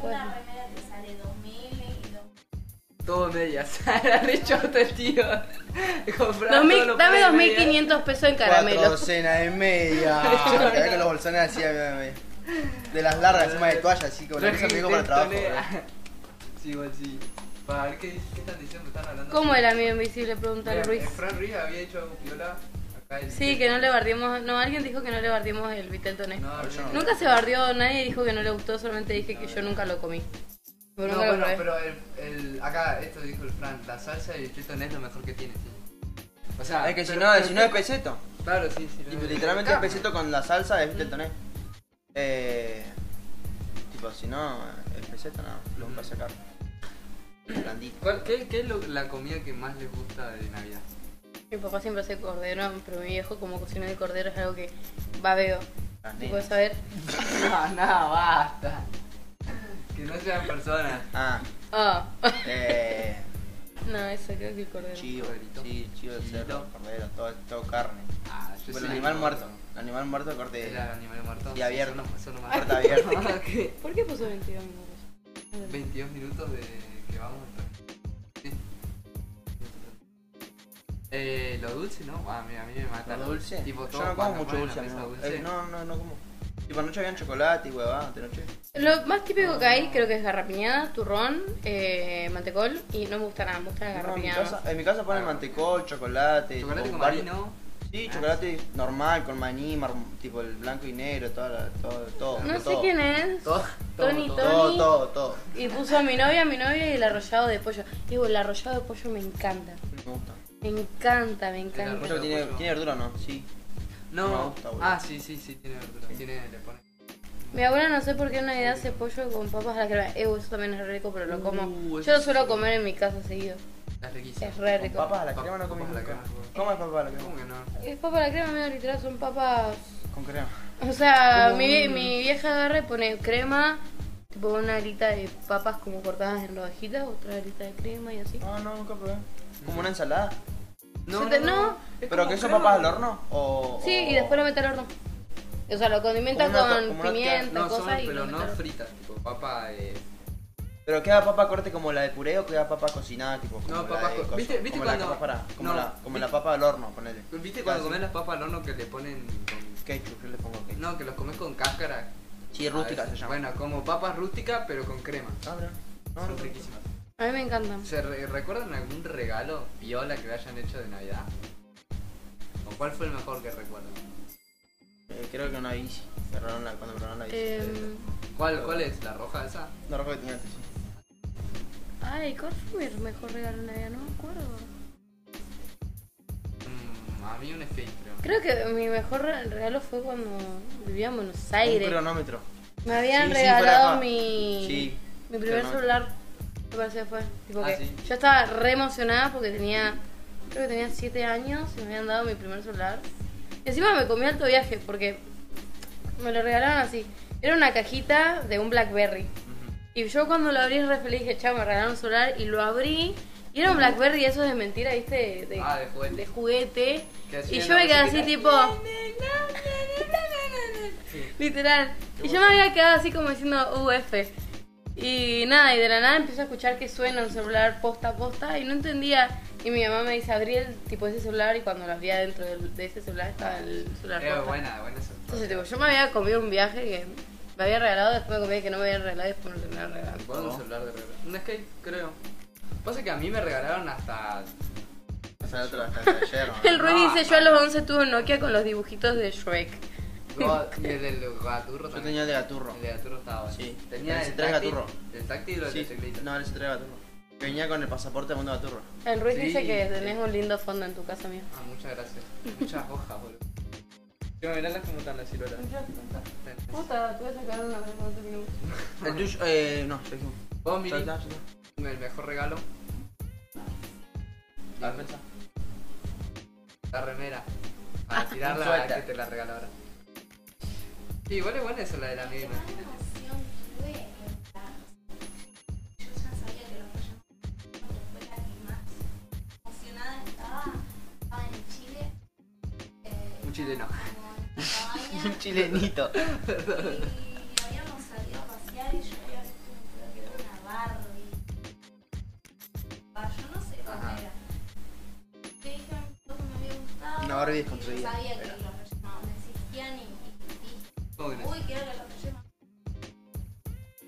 Speaker 5: Una remera te sale 2000 y dos-
Speaker 2: Todo medias. [laughs] Era re choto el tío. [laughs] Compraba
Speaker 1: Dos mil-
Speaker 2: todos los
Speaker 1: dame
Speaker 2: pares de medias.
Speaker 1: 2.500 pesos en
Speaker 3: Cuatro
Speaker 1: caramelo.
Speaker 3: docenas de
Speaker 1: [laughs]
Speaker 3: media. Acá con los bolsones así, mira, mira. de las largas, encima de toalla, así como la que
Speaker 2: Traje
Speaker 3: se me dijo para el trabajo.
Speaker 2: intento,
Speaker 3: boludo.
Speaker 2: nea. [laughs] Sí, igual sí. Para ver qué, qué están diciendo, están hablando.
Speaker 1: ¿Cómo
Speaker 2: Sí.
Speaker 1: el amigo invisible? Preguntó
Speaker 2: Mira,
Speaker 1: el Ruiz.
Speaker 2: el Fran Ruiz había hecho algo piola acá en-
Speaker 1: Sí, que no le bardiemos. No, alguien dijo que no le bardiemos el vitel toné.
Speaker 2: No,
Speaker 3: Pero yo
Speaker 2: no.
Speaker 3: no.
Speaker 1: Nunca se bardió, nadie dijo que no le gustó, solamente dije que yo nunca lo comí. Pero
Speaker 2: No,
Speaker 1: nunca lo
Speaker 2: bueno,
Speaker 1: probé.
Speaker 2: pero el, el- acá esto dijo el Fran, la salsa y el chito es lo mejor que tiene, sí. O sea,
Speaker 3: Es que si
Speaker 2: Ah, pero-
Speaker 3: no,
Speaker 2: pero
Speaker 3: si no es
Speaker 2: que-
Speaker 3: peseto.
Speaker 2: Claro, sí, sí.
Speaker 3: Tipo,
Speaker 2: no-
Speaker 3: literalmente el
Speaker 2: Carne.
Speaker 3: peseto con la salsa es el toné. Eh. Tipo, si no, el peseto no, lo vas a sacar. Blandito.
Speaker 2: ¿Cuál- ¿Qué, qué es lo- la comida que más les gusta de Navidad?
Speaker 1: Mi papá siempre hace cordero, pero mi viejo como cocina de cordero es algo que babeo.
Speaker 3: Las
Speaker 1: Tipo de
Speaker 3: nenas.
Speaker 1: saber.
Speaker 2: No, no, basta. Que no sean personas.
Speaker 3: Ah,
Speaker 1: Ah, [laughs]
Speaker 3: eh.
Speaker 1: no, eso creo que el cordero.
Speaker 3: Chivo,
Speaker 2: Corderito.
Speaker 3: sí, chivo, cerdo,
Speaker 2: Chivito.
Speaker 3: cordero, todo, todo carne.
Speaker 2: Ah, yo
Speaker 3: Tipo, el
Speaker 2: soy
Speaker 3: animal muerto. El animal muerto, corte.
Speaker 2: El animal muerto.
Speaker 3: Y abierto.
Speaker 2: Son los- son los más-
Speaker 3: Corte abierto.
Speaker 2: [laughs] ¿Qué?
Speaker 1: ¿Por qué puso 22 minutos?
Speaker 2: 22 minutos de que vamos a estar. Sí. Eh, lo dulce, ¿no? A mí, a mí me mata.
Speaker 3: ¿Lo dulce?
Speaker 2: Tipo, todo
Speaker 3: Yo no como
Speaker 2: cuando
Speaker 3: mucho
Speaker 2: ponen la
Speaker 3: dulce,
Speaker 2: mesa
Speaker 3: amigo.
Speaker 2: dulce.
Speaker 3: Eh, no, no, no como. Tipo, anoche habían chocolate y huevada, de noche.
Speaker 1: Lo más típico que hay creo que es garrapiñada, turrón, eh, mantecol y no me gusta nada, me gusta la
Speaker 3: No, en, mi
Speaker 1: garrapiñada.
Speaker 3: casa, en mi casa ponen mantecol, chocolate.
Speaker 2: Chocolate
Speaker 3: tipo,
Speaker 2: con
Speaker 3: eh, varios-
Speaker 2: marino.
Speaker 3: Sí,
Speaker 2: Ah,
Speaker 3: chocolate normal, con maní, mar- tipo el blanco y negro, todo, todo, todo.
Speaker 1: no sé
Speaker 3: todo.
Speaker 1: quién es.
Speaker 2: Todo, todo,
Speaker 1: Tony,
Speaker 2: todo.
Speaker 3: Todo, todo, todo.
Speaker 1: Y puso a mi novia, a mi novia y el arrollado de pollo. Digo, el arrollado de pollo me encanta.
Speaker 3: Me gusta.
Speaker 1: Me encanta, me
Speaker 2: El
Speaker 1: encanta.
Speaker 2: arrollado.
Speaker 3: Pollo tiene,
Speaker 2: pollo.
Speaker 3: tiene verdura, o ¿no? Sí.
Speaker 2: No.
Speaker 3: Me gusta, boludo.
Speaker 2: ah, sí, sí, sí, tiene verdura. Tiene, le pone.
Speaker 1: Mi abuela no sé por qué en Navidad hace pollo con papas a la crema. Eh, eso también es rico, pero lo como.
Speaker 2: Uh,
Speaker 1: Yo
Speaker 2: eso
Speaker 1: lo suelo
Speaker 2: sí.
Speaker 1: comer en mi casa seguido.
Speaker 2: Es riquísimo.
Speaker 1: Es re
Speaker 3: Con
Speaker 1: rico.
Speaker 3: papas a la
Speaker 2: Pap-
Speaker 3: crema no comí
Speaker 2: papas a la
Speaker 3: nunca.
Speaker 2: crema.
Speaker 3: ¿Cómo es papas a la
Speaker 2: ¿Cómo
Speaker 3: crema?
Speaker 2: que no?
Speaker 1: Es papa a la crema, mira, literal, son papas.
Speaker 3: Con crema.
Speaker 1: O sea,
Speaker 3: Como
Speaker 1: mi, vie-
Speaker 3: un-
Speaker 1: mi vieja agarra y pone crema, tipo una alita de papas como cortadas en rodajitas, otra alita de crema y así.
Speaker 2: Ah,
Speaker 3: No, no, nunca probé. Como una ensalada.
Speaker 1: Se te- no.
Speaker 2: Es
Speaker 3: ¿Pero
Speaker 2: como
Speaker 3: que son
Speaker 2: crema.
Speaker 3: papas al horno? O,
Speaker 1: Sí,
Speaker 3: o-
Speaker 1: y después lo mete al horno. O sea, lo condimenta
Speaker 3: Como una to-
Speaker 1: con
Speaker 3: como una to-
Speaker 1: pimienta,
Speaker 2: No, son,
Speaker 1: cosas y lo
Speaker 2: pero
Speaker 1: mete
Speaker 2: no
Speaker 1: al horno.
Speaker 2: fritas, tipo papa eh,
Speaker 3: Pero queda papa corte como la de puré o queda papa cocinada, tipo. Como
Speaker 2: No,
Speaker 3: la
Speaker 2: papas
Speaker 3: de
Speaker 2: co-
Speaker 3: coso,
Speaker 2: ¿viste- viste
Speaker 3: como la
Speaker 2: cuando-
Speaker 3: papa para- como,
Speaker 2: no,
Speaker 3: la, como la
Speaker 2: ¿viste?
Speaker 3: papa al horno, ponele.
Speaker 2: ¿Viste cuando
Speaker 3: Casi.
Speaker 2: comes las papas al horno que le ponen con...
Speaker 3: Ketchup, yo le pongo ketchup.
Speaker 2: No, que los comes con cáscara.
Speaker 3: Sí, rústica
Speaker 2: A
Speaker 3: se
Speaker 2: veces.
Speaker 3: llama.
Speaker 2: Ah, Bueno, como papas rústicas pero con crema.
Speaker 3: Ah, bro. No, no,
Speaker 2: Son
Speaker 3: no.
Speaker 2: riquísimas.
Speaker 1: A mí me encantan.
Speaker 2: ¿Se re- recuerdan algún regalo piola que le hayan hecho de Navidad? ¿O cuál fue el mejor que recuerdan?
Speaker 3: Eh, creo que una bici. Cerraron la, cuando cerraron la bici.
Speaker 1: Em,
Speaker 2: ¿Cuál, ¿Cuál es? ¿La roja esa?
Speaker 3: No recuerdo que tenía antes, sí.
Speaker 1: ay, ¿cuál fue mi mejor regalo de Navidad? No me acuerdo.
Speaker 2: Mm, a mí un skate, creo.
Speaker 1: Creo que mi mejor re- regalo fue cuando vivía en Buenos
Speaker 3: Un
Speaker 1: Aires.
Speaker 3: cronómetro.
Speaker 1: Me habían
Speaker 3: Sí, sí,
Speaker 1: regalado
Speaker 3: fuera-
Speaker 1: mi,
Speaker 3: Sí,
Speaker 1: mi primer
Speaker 3: cronómetro.
Speaker 1: celular. Me parece que fue. Tipo
Speaker 2: Ah,
Speaker 1: que
Speaker 2: sí.
Speaker 1: Yo estaba re emocionada porque tenía. Creo que tenía 7 años y me habían dado mi primer celular. Y encima me comí alto viaje porque me lo regalaron así. Era una cajita de un Blackberry. Y yo cuando lo abrí re feliz dije, chao, me regalaron un celular y lo abrí. Y era un Blackberry, eso es de mentira, ¿viste? De,
Speaker 2: Ah, de juguete.
Speaker 1: de juguete.
Speaker 2: Que
Speaker 1: Y
Speaker 2: hacían
Speaker 1: yo
Speaker 2: la
Speaker 1: me quedé así
Speaker 2: musiquita.
Speaker 1: tipo... Literal. Y yo me había quedado así como diciendo UF. Y nada, y de la nada empiezo a escuchar que suena un celular posta a posta y no entendía. Y mi mamá me dice, abrí el tipo ese celular y cuando lo abría dentro del- de ese celular estaba el celular
Speaker 2: Era
Speaker 1: posta.
Speaker 2: buena, buena esa.
Speaker 1: Entonces, tipo, yo me había comido un viaje que me había regalado, después me comí que no me había regalado y después me lo terminaron regalando.
Speaker 2: ¿Cuál un celular de regalo? Un skate, creo. Pasa que a mí me regalaron hasta.
Speaker 3: O sea, el otro
Speaker 2: [laughs]
Speaker 3: hasta ayer. ¿no?
Speaker 1: El Ruiz
Speaker 2: No,
Speaker 1: dice, yo a los 11 tuve un Nokia con los dibujitos de Shrek.
Speaker 3: [laughs]
Speaker 2: God- y el del gaturro
Speaker 3: Yo
Speaker 2: también.
Speaker 3: tenía el de gaturro.
Speaker 2: El de gaturro estaba.
Speaker 3: Sí.
Speaker 2: Tenía
Speaker 3: Pero si
Speaker 2: el
Speaker 3: traes
Speaker 2: táctil-
Speaker 3: gaturro.
Speaker 2: El táctil o el de
Speaker 3: Sí,
Speaker 2: teclita.
Speaker 3: no, el de gaturro. Que venía con el pasaporte del mundo gaturro.
Speaker 1: El Ruiz
Speaker 2: Sí.
Speaker 1: dice que tenés un lindo fondo en tu casa, mía.
Speaker 2: Ah, muchas
Speaker 3: [laughs]
Speaker 2: gracias. Muchas hojas, boludo. Yo, mirá cómo están las ciruelas.
Speaker 1: Puta, te voy a sacar una vez cuando terminemos.
Speaker 3: El tuyo, eh, no, yo dije.
Speaker 2: Vos, Miri,
Speaker 3: Ya está, ya está. [laughs]
Speaker 2: el mejor regalo.
Speaker 3: La defensa.
Speaker 2: La remera. Para tirarla a la
Speaker 3: Ah, Suelta.
Speaker 2: que te la regala ahora. Sí, igual es buena esa la de la misma.
Speaker 5: Qué mala emoción tuve en la- Yo ya sabía que los Reyes Magos fue la que más emocionada estaba. Estaba en Chile. eh,
Speaker 2: Un chileno. [laughs]
Speaker 5: estaba como en la
Speaker 3: Un
Speaker 5: cabaña.
Speaker 3: chilenito.
Speaker 5: Y habíamos salido a pasear y yo había visto creo que era una Barbie. Ah, yo no sé
Speaker 2: Ajá.
Speaker 5: cuál era. Le dije a mi papá que me había gustado.
Speaker 3: Una Barbie
Speaker 5: y
Speaker 3: desconstruida,
Speaker 5: Yo sabía que
Speaker 3: era.
Speaker 5: los Reyes Magos no existían y, y,
Speaker 2: ¿Cómo que
Speaker 5: y
Speaker 2: no?
Speaker 5: uy, quiero que los Reyes Magos.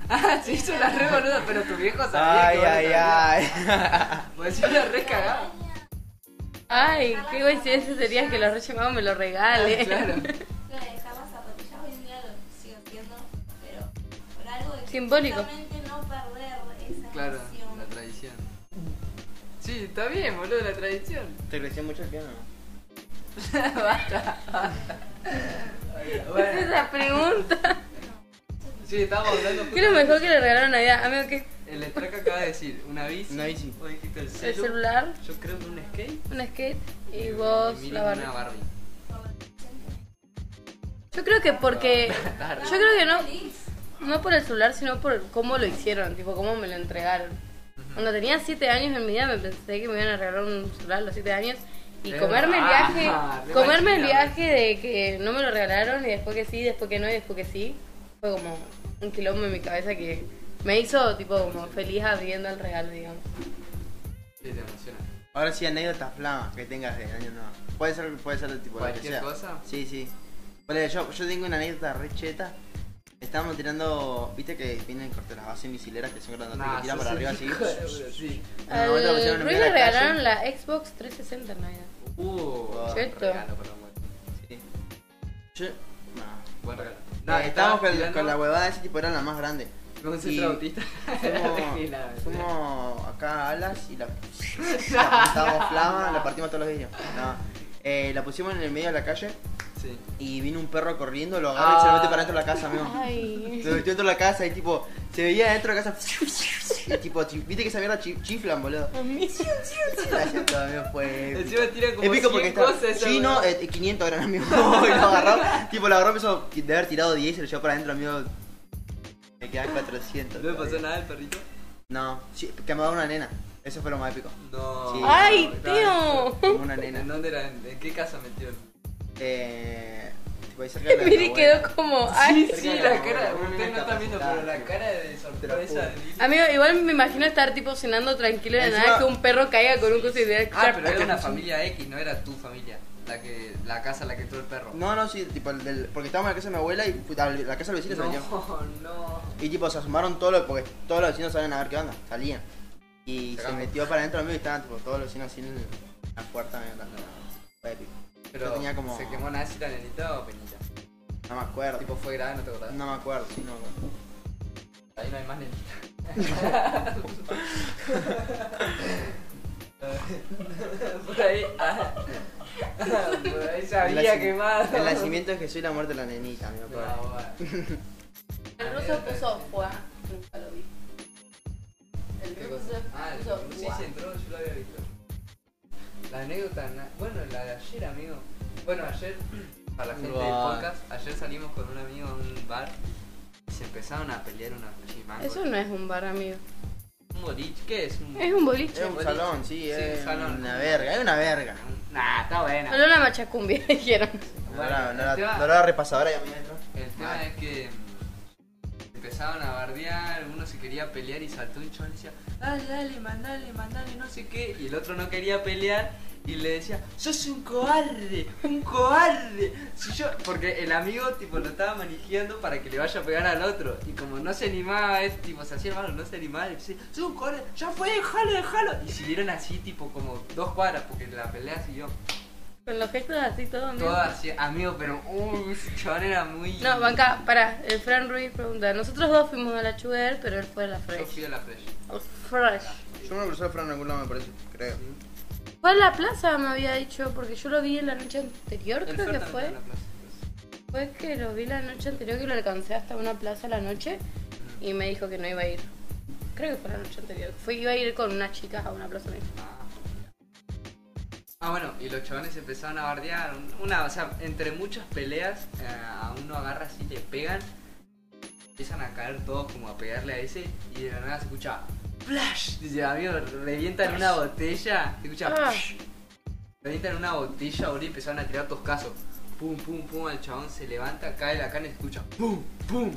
Speaker 2: Ah, se hizo la re boluda, pero tu viejo sabía
Speaker 3: Ay,
Speaker 2: que vos
Speaker 3: ay, ay.
Speaker 2: ay. Pues yo la re cagada.
Speaker 5: Cabaña,
Speaker 1: Ay, qué coincidencia sería que los Reyes Magos me lo regale.
Speaker 2: Ah, Claro.
Speaker 5: iba a dejar las zapatillas, hoy en día lo sigo haciendo, pero por algo de que
Speaker 1: Simbólico.
Speaker 5: justamente no perder esa
Speaker 2: Claro,
Speaker 5: emoción.
Speaker 2: la tradición. Sí, está bien, boludo, la tradición.
Speaker 3: ¿Te creció mucho el piano?
Speaker 1: ¿Qué es
Speaker 2: Bueno,
Speaker 1: [laughs] esa pregunta?
Speaker 2: [laughs] sí, estábamos hablando.
Speaker 1: ¿Qué es lo mejor que le regalaron a Navidad? Amigo, ¿qué?
Speaker 2: El estraca acaba de decir una bici.
Speaker 3: Una bici.
Speaker 2: Vos dijiste el,
Speaker 1: El
Speaker 2: celu,
Speaker 1: celular,
Speaker 2: Yo creo que un skate.
Speaker 1: un skate y vos
Speaker 2: Miri
Speaker 1: la
Speaker 2: Una
Speaker 1: barra.
Speaker 2: Barbie.
Speaker 1: Yo creo que
Speaker 3: [laughs]
Speaker 1: porque...
Speaker 2: Tarde.
Speaker 1: Yo creo que no,
Speaker 5: Feliz.
Speaker 1: no por el celular, sino por cómo lo hicieron, tipo cómo me lo entregaron. Cuando tenía 7 años en mi vida me pensé que me iban a regalar un celular a los 7 años y
Speaker 2: Es
Speaker 1: comerme el
Speaker 2: verdad,
Speaker 1: viaje,
Speaker 2: re
Speaker 1: comerme el
Speaker 2: machina,
Speaker 1: viaje de que no me lo regalaron y después que sí, después que no y después que sí, fue como un quilombo en mi cabeza que me hizo tipo como feliz abriendo el regalo, digamos.
Speaker 2: Sí, te emociona.
Speaker 3: Ahora sí, anécdotas flamas que tengas de año nuevo. Puede ser, puede ser de tipo lo que
Speaker 2: ¿Cualquier
Speaker 3: sea.
Speaker 2: cosa?
Speaker 3: Sí, sí. Ponele, yo, yo tengo una anécdota re cheta. Estábamos tirando, viste que vienen corte las bases misileras que son grandes
Speaker 2: Nah,
Speaker 3: que tiran
Speaker 2: sos
Speaker 3: para arriba
Speaker 2: un
Speaker 3: así.
Speaker 2: hijo de- Sí.
Speaker 3: Una vuelta lo
Speaker 1: Al
Speaker 3: pusieron en
Speaker 1: Ruiz le
Speaker 3: medio de la calle.
Speaker 1: regalaron la Xbox 360 en Navidad.
Speaker 3: [laughs]
Speaker 2: Uh,
Speaker 1: Cheto.
Speaker 2: regalo para la muerte.
Speaker 3: Sí. Yo, no.
Speaker 2: Buen regalo.
Speaker 3: Eh, estábamos con,
Speaker 2: tirando
Speaker 3: con la huevada ese tipo, era la
Speaker 2: [laughs]
Speaker 3: más grande.
Speaker 2: Con
Speaker 3: y-
Speaker 2: centro autista. [laughs]
Speaker 3: Fuimos, fuimos acá a Alas y la,
Speaker 2: [laughs]
Speaker 3: la apuntamos flama, la partimos todos los vídeos. No. Eh, la pusimos en el medio de la calle
Speaker 2: Sí.
Speaker 3: y vino un perro corriendo, lo agarra y se lo mete para dentro de la casa, amigo.
Speaker 1: Ay.
Speaker 3: Se metió dentro de la casa y tipo, se veía dentro de la casa. Y tipo, chi- viste que esa mierda chi- chiflan, boludo. La gente todavía fue. épico.
Speaker 2: Encima tiran como
Speaker 3: Épico
Speaker 2: 100
Speaker 3: porque está
Speaker 2: cosas esa
Speaker 3: chino,
Speaker 2: huevada.
Speaker 3: eh, 500 eran amigos. [laughs] y lo agarró, tipo, lo agarró, empezó de haber tirado 10 y se lo llevó para adentro, amigo. Me quedan 400.
Speaker 2: ¿No le pasó
Speaker 3: todavía.
Speaker 2: nada al perrito?
Speaker 3: No, sí, que me daba una nena. Eso fue lo más épico.
Speaker 2: No.
Speaker 3: Sí.
Speaker 1: Ay,
Speaker 2: Estaba-
Speaker 1: tío.
Speaker 2: [laughs]
Speaker 3: Como una
Speaker 2: ¿En
Speaker 3: nena.
Speaker 2: dónde era? ¿En en qué casa metió?
Speaker 3: Eh, tipo ahí cerca de la de
Speaker 1: [laughs]
Speaker 3: mi
Speaker 1: Miri
Speaker 3: abuela.
Speaker 1: quedó como. Ay.
Speaker 3: Cerca
Speaker 2: Sí,
Speaker 3: de
Speaker 2: la
Speaker 3: la
Speaker 2: cara,
Speaker 3: mamá,
Speaker 2: ustedes no
Speaker 3: una
Speaker 2: están viendo, pero la Ah,
Speaker 3: capacidad.
Speaker 2: cara de sorpresa de Lili.
Speaker 1: Amigo, igual me imagino estar tipo cenando tranquilo de la
Speaker 3: Encima-
Speaker 1: nada que un perro caiga con un coso y te
Speaker 2: Ah, pero era una familia X, no era tu familia. La que la casa a la que entró el perro.
Speaker 3: No, no, sí, tipo, el del- porque estábamos en la casa de mi abuela y fui a la casa del vecino
Speaker 2: no,
Speaker 3: salió.
Speaker 2: [laughs] no.
Speaker 3: Y tipo, se asomaron todos los, porque todos los vecinos salen a ver qué onda, salían. Y se
Speaker 2: Cagamos.
Speaker 3: metió para adentro mío y estaban tipo, todos los vecinos así en la puerta. medio tanto. Fue épico.
Speaker 2: Pero
Speaker 3: Yo tenía como-
Speaker 2: se quemó Nancy la nenita o penita.
Speaker 3: No me acuerdo.
Speaker 2: Tipo fue grave, no te acordás.
Speaker 3: no me acuerdo, sí, no me acuerdo.
Speaker 2: Ahí no hay más nenita. [laughs] Por ahí. ah. Por ahí se
Speaker 3: El
Speaker 2: había
Speaker 3: nacim-
Speaker 2: quemado.
Speaker 3: El nacimiento de Jesús y la muerte de la nenita, me acuerdo.
Speaker 2: No, bueno.
Speaker 1: El ruso puso fuá. Nunca lo vi. El
Speaker 2: ¿Qué
Speaker 1: ruso
Speaker 2: cosa? Ah, el
Speaker 1: puso
Speaker 2: sí,
Speaker 1: fuá.
Speaker 2: sí entró, yo lo había visto. La anécdota, na- bueno, la de ayer, amigo. Bueno, ayer, para la gente del
Speaker 3: Buah.
Speaker 2: podcast, ayer salimos con un amigo a un bar y se empezaron a pelear una chimanga.
Speaker 1: Eso no es un bar, amigo.
Speaker 2: ¿Un boliche? ¿Qué es? Un...
Speaker 1: Es un boliche.
Speaker 3: Es un
Speaker 2: boliche.
Speaker 3: salón, sí,
Speaker 2: Sí,
Speaker 3: es
Speaker 2: un salón.
Speaker 3: una verga, es una verga.
Speaker 2: Nah, está buena.
Speaker 1: Solo la machacumbia, [laughs] dijeron.
Speaker 3: No
Speaker 2: Bueno,
Speaker 3: era, no era-
Speaker 2: el tema-
Speaker 3: no era repasadora ya me adentro.
Speaker 2: El tema
Speaker 3: Ah.
Speaker 2: es que mm, empezaban a bardear, uno se quería pelear y saltó un chon y decía, dale, dale, mandale, mandale, no sé qué. Y el otro no quería pelear y le decía, sos un cobarde, un cobarde. Si yo... Porque el amigo tipo lo estaba manejando para que le vaya a pegar al otro. Y como no se animaba, es, tipo, se hacía el malo, no se animaba, le decía, sos un cobarde, ya fue, déjalo, déjalo. Y siguieron así, tipo, como dos cuadras, porque la pelea siguió.
Speaker 1: Con los gestos así todo, amigo.
Speaker 2: Todo así, amigo, pero uy, ese chabón era muy.
Speaker 1: No, banca, pará. El Fran Ruiz pregunta. Nosotros dos fuimos a la Chuber, pero él fue a la
Speaker 2: Yo
Speaker 1: Fresh.
Speaker 2: fui a la Fresh.
Speaker 1: Fresh.
Speaker 3: Yo me lo crucé el freno en algún lado, me parece, creo.
Speaker 1: Fue a la plaza, me había dicho, porque yo lo vi en la noche anterior, creo que fue.
Speaker 2: pues.
Speaker 1: Fue que lo vi la noche anterior, que lo alcancé hasta una plaza a la noche y me dijo que no iba a ir. Creo que fue la noche anterior. Fue iba a ir con unas chicas a una plaza. me dijo.
Speaker 2: Ah, bueno, y los chavales empezaron a bardear. un- Una, o sea, entre muchas peleas, eh, a uno agarra así, le pegan. Empiezan a caer todos como a pegarle a ese. Y de la nada se escucha ¡Flash! Dice, amigo, revientan una botella. Se escucha
Speaker 1: Ah.
Speaker 2: "Flash". Revientan una botella, boludo, y empezaron a tirar toscazos. Pum, pum, pum, el chabón se levanta, cae la cana y se escucha ¡Pum, pum!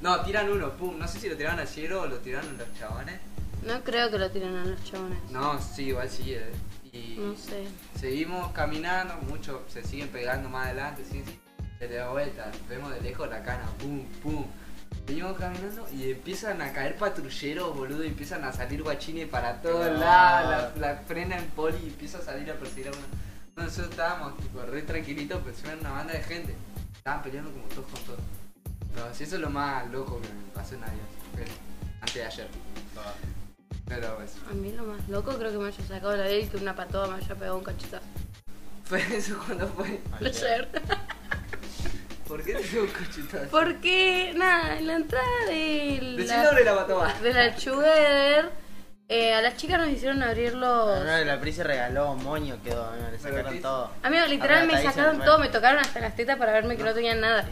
Speaker 2: No, tiran uno, pum. No sé si lo tiraron al cielo o lo tiraron los chabones.
Speaker 1: No creo que lo tiren a los chabones.
Speaker 2: No, sí, igual sí. eh. Y
Speaker 1: No sé.
Speaker 2: seguimos caminando, muchos se siguen pegando más adelante, sí, sí. Se le da vuelta, vemos de lejos la cana, pum, pum. Seguimos caminando y empiezan a caer patrulleros, boludo, y empiezan a salir guachines para todos
Speaker 3: Ah.
Speaker 2: lados, la, la frena en poli y empieza a salir a perseguir a uno. No, Nosotros estábamos tipo re tranquilitos, pero encima era una banda de gente. Estaban peleando como todos con todos. Pero sí, eso es lo más loco que me pasó en la vida, ¿ok? antes de ayer. Pero eso. [laughs]
Speaker 1: A mí lo más loco creo que me haya sacado la ley y que una patoda me haya pegado un cachetazo.
Speaker 2: Fue eso cuando fue.
Speaker 1: Ayer. [laughs]
Speaker 2: ¿Por qué te dio un cachetazo?
Speaker 1: Porque, nada, en la entrada de
Speaker 2: Decilo
Speaker 1: la,
Speaker 2: sobre la patoba.
Speaker 1: de la Chuber, eh, a las chicas nos hicieron abrir los...
Speaker 3: No, la Pri se regaló, moño quedó, amigo, le sacaron
Speaker 2: Pero,
Speaker 3: todo.
Speaker 1: Amigo, literal me
Speaker 3: Apretadísimo,
Speaker 1: sacaron
Speaker 3: bueno.
Speaker 1: todo, me tocaron hasta las tetas para verme que no, tenía nada.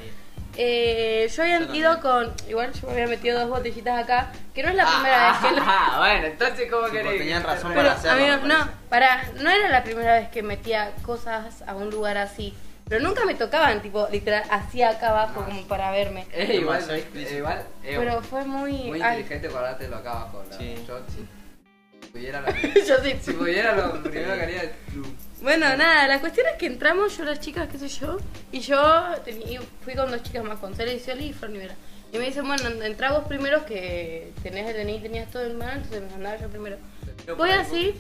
Speaker 1: Eh, yo había ido con. Igual yo me había metido dos botellitas acá, que no es [laughs] la primera vez que lo.
Speaker 2: Ah, bueno, entonces ¿cómo
Speaker 3: Tipo,
Speaker 2: querés?
Speaker 3: tenían razón
Speaker 1: [laughs] Pero,
Speaker 3: para hacerlo,
Speaker 1: amigos,
Speaker 3: me
Speaker 1: no,
Speaker 3: parece.
Speaker 1: para, no era la primera vez que metía cosas a un lugar así. Pero nunca me tocaban, tipo, literal, así acá abajo,
Speaker 2: No.
Speaker 1: como para verme.
Speaker 2: Eh, igual,
Speaker 3: Soy
Speaker 2: eh,
Speaker 3: explícito.
Speaker 2: igual, eh,
Speaker 1: Pero fue muy.
Speaker 2: muy
Speaker 1: ay,
Speaker 2: inteligente guardártelo acá abajo. la-
Speaker 3: Sí.
Speaker 2: Yo, si pudiera, la-
Speaker 1: [laughs] yo sí.
Speaker 2: [laughs] si pudiera, lo primero que haría es.
Speaker 1: Bueno, nada, la cuestión es que entramos yo, las chicas, qué sé yo, y yo teni- y fui con dos chicas más, con Cele y Cioli y Flor Nivera. Y me dicen, bueno, entra vos primero que tenés el DNI, tenías todo en mano, entonces me mandaba yo primero. Voy así,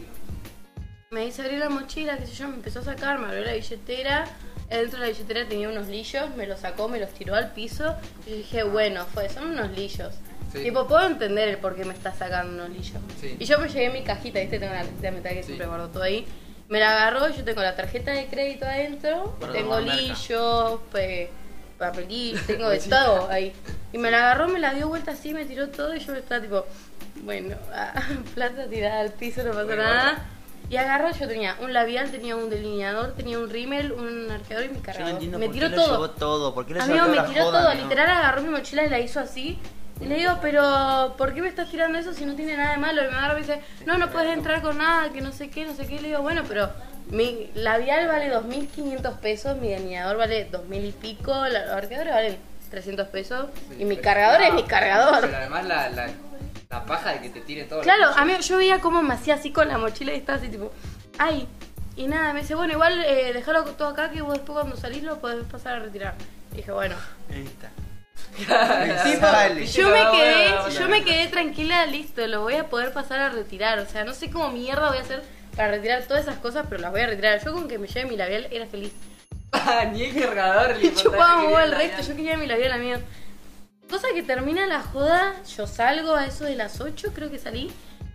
Speaker 1: me dice abrir la mochila, qué sé yo, me empezó a sacar, me abrió la billetera. Dentro de la billetera tenía unos lillos, me los sacó, me los tiró al piso. Y yo dije, bueno, fue, son unos lillos.
Speaker 2: Sí.
Speaker 1: Tipo, puedo entender el por qué me está sacando unos lillos.
Speaker 2: Sí.
Speaker 1: Y yo me llegué mi cajita, ¿viste? Tengo la cajita de metal que
Speaker 2: Sí.
Speaker 1: siempre guardo todo ahí. Me la agarró, yo tengo la tarjeta de crédito adentro,
Speaker 3: Guardo
Speaker 1: tengo
Speaker 3: más merca.
Speaker 1: lillos, pe-
Speaker 2: [laughs]
Speaker 1: papelillos, tengo de todo ahí. Y me la agarró, me la dio vuelta así, me tiró todo y yo estaba tipo, bueno, ah, [laughs] plata tirada al piso, no pasó
Speaker 2: Muy
Speaker 1: nada. Y agarró, yo tenía un labial, tenía un delineador, tenía un rímel, un arqueador y mi
Speaker 3: Yo no
Speaker 1: cargador.
Speaker 3: entiendo
Speaker 1: me
Speaker 3: por
Speaker 1: tiró
Speaker 3: qué lo llevó
Speaker 1: todo.
Speaker 3: todo, por qué lo
Speaker 1: Amigo,
Speaker 3: llevó
Speaker 1: me
Speaker 3: la
Speaker 1: tiró
Speaker 3: joda,
Speaker 1: todo,
Speaker 3: amigo.
Speaker 1: literal agarró mi mochila y la hizo así. Y le digo, pero ¿por qué me estás tirando eso si no tiene nada de malo? Y me agarra y me dice, no, no puedes entrar con nada, que no sé qué, no sé qué. Y le digo, bueno, pero Mi labial vale 2.500 pesos, mi delineador vale 2.000 y pico, los abarcadores valen 300 pesos
Speaker 2: Sí,
Speaker 1: y mi
Speaker 2: pero-
Speaker 1: cargador es
Speaker 2: Ah,
Speaker 1: mi cargador.
Speaker 2: Pero además la, la, la paja de que te tire todo.
Speaker 1: Claro,
Speaker 2: lo que-
Speaker 1: a mí yo veía cómo me hacía así con la mochila y estaba así tipo, ay, y nada, me dice, bueno, igual eh, dejalo todo acá que vos después cuando salís lo podés pasar a retirar. Y dije, bueno.
Speaker 3: Ahí está.
Speaker 2: [laughs]
Speaker 1: Tipo,
Speaker 3: Dale.
Speaker 1: yo me
Speaker 2: Bueno,
Speaker 1: quedé,
Speaker 2: bueno,
Speaker 1: yo me quedé tranquila, listo, lo voy a poder pasar a retirar. O sea, no sé cómo mierda voy a hacer para retirar todas esas cosas, pero las voy a retirar. Yo con que me lleve mi labial
Speaker 2: [laughs]
Speaker 1: era feliz.
Speaker 2: [laughs] Ah, Ni el cargador
Speaker 1: [laughs]
Speaker 2: le
Speaker 1: Y chupaba un huevo el
Speaker 2: la
Speaker 1: resto,
Speaker 2: mierda.
Speaker 1: yo quería mi labial, amigo. Cosa que termina la joda, yo salgo a eso de las 8, creo que salí,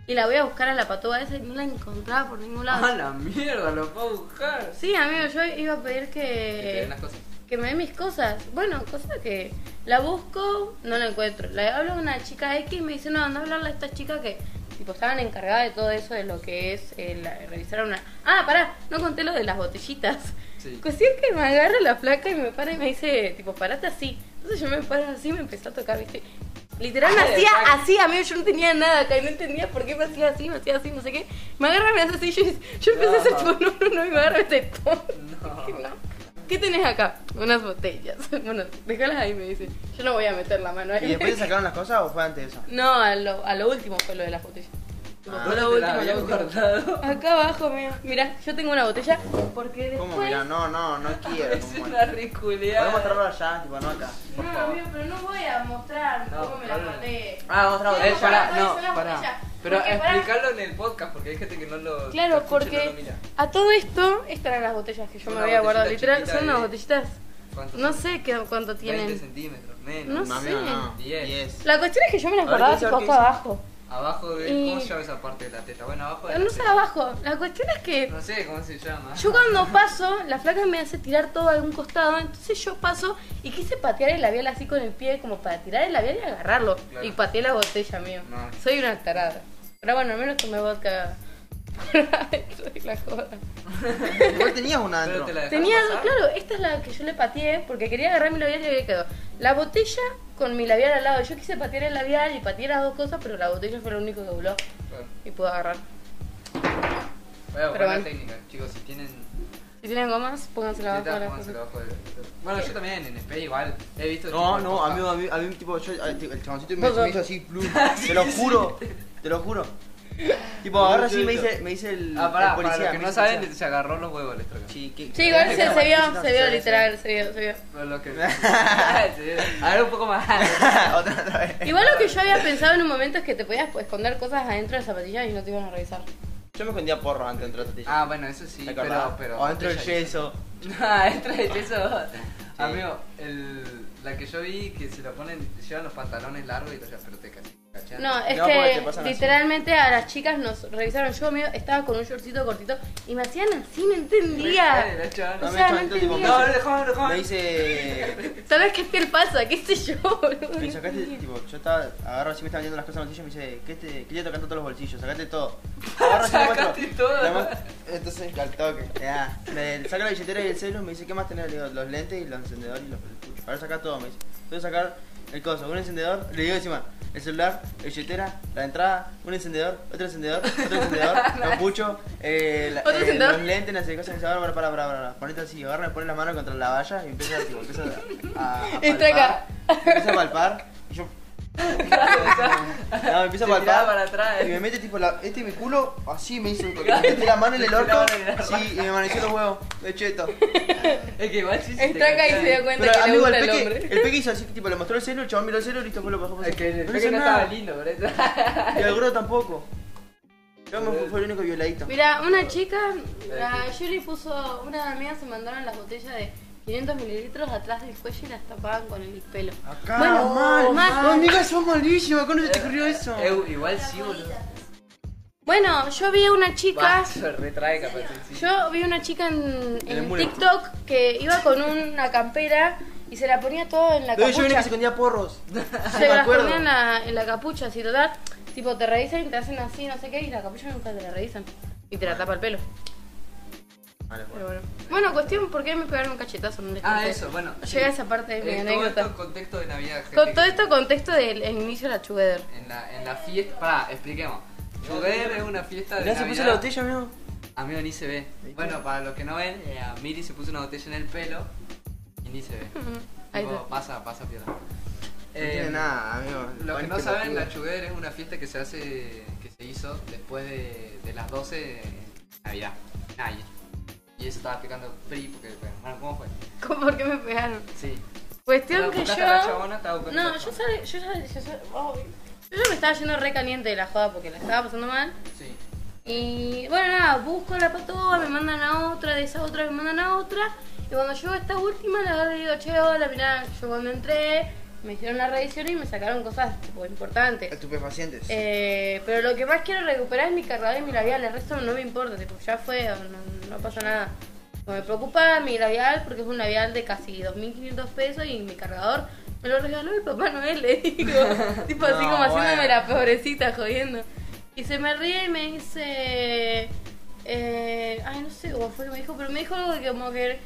Speaker 1: y la voy a buscar a la patoa esa y no la encontraba por ningún lado.
Speaker 2: Ah, la mierda, lo puedo buscar.
Speaker 1: Sí, amigo, yo iba a pedir
Speaker 2: Que te
Speaker 1: que,
Speaker 2: den las cosas.
Speaker 1: que me den mis cosas. Bueno, cosas que la busco, no la encuentro. La hablo a una chica X y me dice, no, anda a hablarle a esta chica que tipo, estaban encargadas de todo eso, de lo que es eh, la- revisar una... Ah, pará, no conté lo de las botellitas.
Speaker 2: Sí.
Speaker 1: Cuestión Pues que me agarra la placa y me para y me dice, tipo, parate así. Entonces yo me paro así y me empezó a tocar, ¿viste? Literal me
Speaker 2: Ay,
Speaker 1: hacía
Speaker 2: ay.
Speaker 1: así, amigo, yo no tenía nada acá y no entendía por qué me hacía así, me hacía así, no sé qué. Me agarra, me hace así, yo, yo empecé a hacer tipo, no, no, no, y me agarra, me hace pum. Dije,
Speaker 2: No.
Speaker 1: "No". ¿Qué tenés acá? Unas botellas. [laughs] Bueno, déjalas ahí, me dice. Yo no voy a meter la mano ahí.
Speaker 3: ¿Y después te sacaron las cosas o fue antes de eso?
Speaker 1: [laughs] No, a lo, a lo último fue lo de las botellas. Tipo,
Speaker 3: Ah,
Speaker 1: fue lo
Speaker 2: Te la
Speaker 1: último,
Speaker 2: había
Speaker 1: lo último.
Speaker 2: cortado.
Speaker 1: Acá abajo, mira, mira, yo tengo una botella porque después...
Speaker 3: ¿Cómo? Mira, no, no,
Speaker 2: [laughs]
Speaker 3: no quiero.
Speaker 2: Es
Speaker 3: como-
Speaker 2: una
Speaker 3: Podemos
Speaker 2: reculeada.
Speaker 3: mostrarlo allá, tipo, no acá.
Speaker 1: No, amigo, pero no voy a mostrar
Speaker 2: No,
Speaker 1: cómo me la
Speaker 2: claro.
Speaker 1: mandé.
Speaker 3: Ah, otra
Speaker 1: botella.
Speaker 3: vez.
Speaker 2: Eh, pará,
Speaker 1: Porque
Speaker 2: no,
Speaker 1: son las botellas.
Speaker 2: pará. Pero
Speaker 1: Porque pará.
Speaker 2: explicarlo en el podcast porque hay gente que no lo.
Speaker 1: Claro,
Speaker 2: lo escucha y
Speaker 1: porque-
Speaker 2: no lo mira.
Speaker 1: A todo esto, estas eran las botellas que yo
Speaker 2: Son
Speaker 1: me
Speaker 2: una
Speaker 1: había guardado.
Speaker 2: botellita
Speaker 1: Literal,
Speaker 2: chiquita
Speaker 1: son unas
Speaker 2: de-
Speaker 1: botellitas.
Speaker 2: ¿Cuánto
Speaker 1: No
Speaker 2: son?
Speaker 1: sé qué,
Speaker 2: 20
Speaker 1: cuánto tienen.
Speaker 2: centímetros, menos.
Speaker 1: No
Speaker 3: Más
Speaker 1: sé.
Speaker 3: bien, no.
Speaker 2: Diez. [laughs]
Speaker 3: 10.
Speaker 1: La cuestión es que yo me las
Speaker 3: Ahorita
Speaker 1: guardaba
Speaker 3: dice
Speaker 1: tipo
Speaker 3: lo que
Speaker 1: acá
Speaker 3: dice.
Speaker 1: abajo.
Speaker 2: Abajo de.
Speaker 1: Y-
Speaker 2: ¿Cómo se llama esa parte de la teta? Bueno, abajo de. la
Speaker 1: No sé
Speaker 2: teta.
Speaker 1: abajo. La cuestión es que
Speaker 2: No sé cómo se llama.
Speaker 1: yo cuando paso, la flaca me hace tirar todo a algún costado. Entonces yo paso y quise patear el labial así con el pie, como para tirar el labial y agarrarlo.
Speaker 2: Claro.
Speaker 1: Y pateé la botella, amigo.
Speaker 2: No.
Speaker 1: Soy una tarada. Pero bueno, al menos tomé vodka. [laughs] Dentro de la joda.
Speaker 3: Igual tenías una
Speaker 2: Pero
Speaker 3: adentro.
Speaker 2: te la dejaron
Speaker 1: Tenía,
Speaker 2: pasar.
Speaker 1: claro, esta es la que yo le pateé porque quería agarrar mi labial y le quedó la botella con mi labial al lado. Yo quise patear el labial y pateé las dos cosas, pero la botella fue lo único que voló
Speaker 2: Bueno,
Speaker 1: y pude agarrar.
Speaker 2: Bueno,
Speaker 1: Pero
Speaker 2: buena
Speaker 1: bueno.
Speaker 2: técnica, chicos, si tienen
Speaker 1: Si tienen gomas, póngansela abajo. de
Speaker 2: tetas,
Speaker 1: las
Speaker 2: pónganselo
Speaker 1: cosas.
Speaker 2: abajo del- Bueno, yo también en Space igual he visto
Speaker 3: No,
Speaker 2: chicos,
Speaker 3: no,
Speaker 2: posta.
Speaker 3: amigo, a mí, a mí tipo, yo, a- tipo, el chaboncito me,
Speaker 1: No, no.
Speaker 3: me hizo
Speaker 1: [laughs]
Speaker 3: así, plum, te lo juro, te lo juro. Tipo, agarra así, me dice, me dice el,
Speaker 2: Ah, pará,
Speaker 3: el policía.
Speaker 2: para los que
Speaker 3: me
Speaker 2: no
Speaker 3: dice el
Speaker 2: saben,
Speaker 3: policía.
Speaker 2: se agarró los huevos el troca.
Speaker 3: Sí, que-
Speaker 1: Sí, igual se, se
Speaker 3: Sí,
Speaker 1: vio,
Speaker 3: no,
Speaker 1: se vio
Speaker 3: ve,
Speaker 1: literal, se vio, se vio.
Speaker 2: Pero los
Speaker 3: [laughs]
Speaker 2: que... [laughs] A ver, un poco más.
Speaker 3: ve. [laughs] otra, otra vez.
Speaker 1: Igual lo que yo había pensado en un momento es que te podías pues, esconder cosas adentro de las zapatillas y no te iban a revisar.
Speaker 3: Yo me escondía porro antes dentro de la tortilla.
Speaker 2: Ah, bueno, eso sí,
Speaker 3: ¿Te
Speaker 2: pero...
Speaker 3: acordás?
Speaker 2: pero
Speaker 3: o dentro del
Speaker 2: botella hizo.
Speaker 3: yeso.
Speaker 2: [laughs] Ah, dentro del yeso. Amigo, el, la que yo vi que se lo ponen, llevan los pantalones largos y los llevan, pero te ca- cachean.
Speaker 1: No, es
Speaker 3: No, porque te
Speaker 1: que
Speaker 3: pasan así.
Speaker 1: literalmente a las chicas nos revisaron. Yo amigo, estaba con un shortcito cortito y me hacían así, no entendía.
Speaker 2: Re- re-
Speaker 1: O
Speaker 3: No,
Speaker 2: re-
Speaker 3: me
Speaker 1: sea,
Speaker 3: echó
Speaker 1: no
Speaker 3: dentro, tipo,
Speaker 1: entendía.
Speaker 3: me
Speaker 2: No,
Speaker 3: hizo-
Speaker 2: dejó, dejó.
Speaker 3: me [laughs] dice.
Speaker 1: Tal vez que esté el paso, qué sé yo, boludo.
Speaker 3: Me sacaste, tipo, yo estaba, agarro así, me estaba metiendo las cosas en el bolsillo y me dice, ¿qué te, qué le tocaste todos los bolsillos? Sacate todo. Agarro así, le muestro.
Speaker 2: Sacaste todo.
Speaker 3: Le muestro. Entonces, al toque. Ya. Me saca la billetera y el celu, me dice, ¿qué más tenés? Le digo, los lentes y los encendedores y los cartuchos. Ahora saca todo, me dice. Voy a sacar el coso, un encendedor, le digo encima, el celular, la billetera, la entrada, un encendedor, otro encendedor, otro encendedor, capucho, eh, la-
Speaker 1: Otro
Speaker 3: eh,
Speaker 1: encendedor.
Speaker 3: los lentes, no sé qué cosa, me dice, ahora para, para, para, para, ponete así, agarra, me pone la mano contra la valla y empieza, tipo, empieza a, a, a
Speaker 1: Entra acá.
Speaker 3: palpar. Empieza a palpar y yo. No, me empieza a
Speaker 2: Se tiraba
Speaker 3: palpar.
Speaker 2: para atrás.
Speaker 3: Y me mete tipo la, este mi culo, así
Speaker 2: [laughs]
Speaker 3: me hizo. Me metí la mano en el orto.
Speaker 2: Se tiraba en el
Speaker 3: Sí, y me amaneció los huevos. De cheto.
Speaker 2: Es que igual sí
Speaker 1: Entra acá y se dio cuenta
Speaker 3: Pero
Speaker 1: que le
Speaker 3: amigo,
Speaker 1: gusta
Speaker 3: el
Speaker 1: el
Speaker 3: peque,
Speaker 1: hombre.
Speaker 3: el peque hizo así, tipo, le mostró el celu, el chabón miró el celu y listo, fue lo bajó.
Speaker 2: Es que el
Speaker 3: no
Speaker 2: peque
Speaker 3: hizo
Speaker 2: no
Speaker 3: nada.
Speaker 2: estaba lindo, por eso.
Speaker 3: Y el gordo tampoco. Yo me fui, fue el único violadito.
Speaker 1: Mira, una chica, la Yuri puso, una amiga se mandaron las botellas de 500 mililitros atrás del cuello y las tapaban con el pelo.
Speaker 3: Acá,
Speaker 1: Bueno,
Speaker 3: mal,
Speaker 1: mal.
Speaker 3: Amiga, sos malísima. ¿Cuándo se te
Speaker 2: [laughs]
Speaker 3: ocurrió eso?
Speaker 2: Eh, Igual sí, boludo.
Speaker 1: Bueno, yo vi una chica,
Speaker 2: Va, se retrae capaz. sí, sí.
Speaker 1: yo vi una chica en,
Speaker 3: En el
Speaker 1: en
Speaker 3: muro.
Speaker 1: TikTok que iba con una campera y se la ponía todo en la
Speaker 3: Pero yo vine
Speaker 1: capucha.
Speaker 3: que se
Speaker 2: [laughs]
Speaker 3: escondía porros.
Speaker 1: Se
Speaker 3: [laughs] me
Speaker 1: las
Speaker 3: acuerdo.
Speaker 1: ponía en la, en la capucha, así total. Tipo, te revisan y te hacen así, no sé qué, y la capucha nunca te la revisan. Y te la tapa el pelo.
Speaker 3: Vale,
Speaker 1: Pero bueno. Bueno, cuestión, ¿por qué me pegaron un cachetazo? No les
Speaker 2: Ah,
Speaker 1: conté.
Speaker 2: eso, bueno.
Speaker 1: Llega esa parte de mi
Speaker 2: Eh, Todo
Speaker 1: anécdota.
Speaker 2: esto en contexto de Navidad. gente
Speaker 1: Con todo
Speaker 2: que-
Speaker 1: esto contexto del el inicio de la Together.
Speaker 2: En la, en la fiesta. Pará, expliquemos. Juguer es una fiesta de.
Speaker 3: Mirá, se
Speaker 2: Navidad.
Speaker 3: puso la botella, amigo.
Speaker 2: Amigo, ni se ve.
Speaker 4: ¿Viste?
Speaker 2: Bueno, para los que no ven, eh, a Miri se puso una botella en el pelo y ni se ve.
Speaker 1: [laughs] Ahí
Speaker 2: Tipo,
Speaker 1: está.
Speaker 2: pasa, pasa piola.
Speaker 4: No tiene nada, amigo.
Speaker 2: Eh, Lo que
Speaker 4: Ponen
Speaker 2: no
Speaker 3: este
Speaker 2: saben,
Speaker 4: pelotudo.
Speaker 2: la Chuguer es una fiesta que se hace, que se hizo después de, de las 12 de Navidad. Nadie. Y eso estaba explicando Pri porque, bueno, ¿cómo fue?
Speaker 1: ¿Cómo por qué me pegaron?
Speaker 2: Sí.
Speaker 1: Cuestión
Speaker 2: Bueno,
Speaker 1: que yo.
Speaker 2: buscaste a la chabona, estaba buscando
Speaker 1: No,
Speaker 2: la
Speaker 1: yo
Speaker 2: chabona.
Speaker 1: sale, yo sale, yo sale- oh, yo ya me estaba yendo re caliente de la joda porque la estaba pasando mal.
Speaker 2: Sí.
Speaker 1: Y bueno, nada, busco a la patoa, me mandan a otra, de esa otra me mandan a otra. Y cuando llego a esta última, la agarro y digo, che, hola, mirá, yo cuando entré, me hicieron la revisión y me sacaron cosas tipo, importantes.
Speaker 4: Estupefacientes.
Speaker 1: Eh, pero lo que más quiero recuperar es mi cargador y mi labial, el resto no me importa, tipo, ya fue, no, no pasa nada. No me preocupa mi labial porque es un labial de casi 2.500 pesos y mi cargador me lo regaló el Papá Noel, le digo.
Speaker 4: [laughs]
Speaker 1: tipo así
Speaker 4: No,
Speaker 1: como haciéndome
Speaker 4: bueno.
Speaker 1: la pobrecita, jodiendo. Y se me ríe y me dice... eh, ay, no sé cómo fue que me dijo, pero me dijo algo de que como que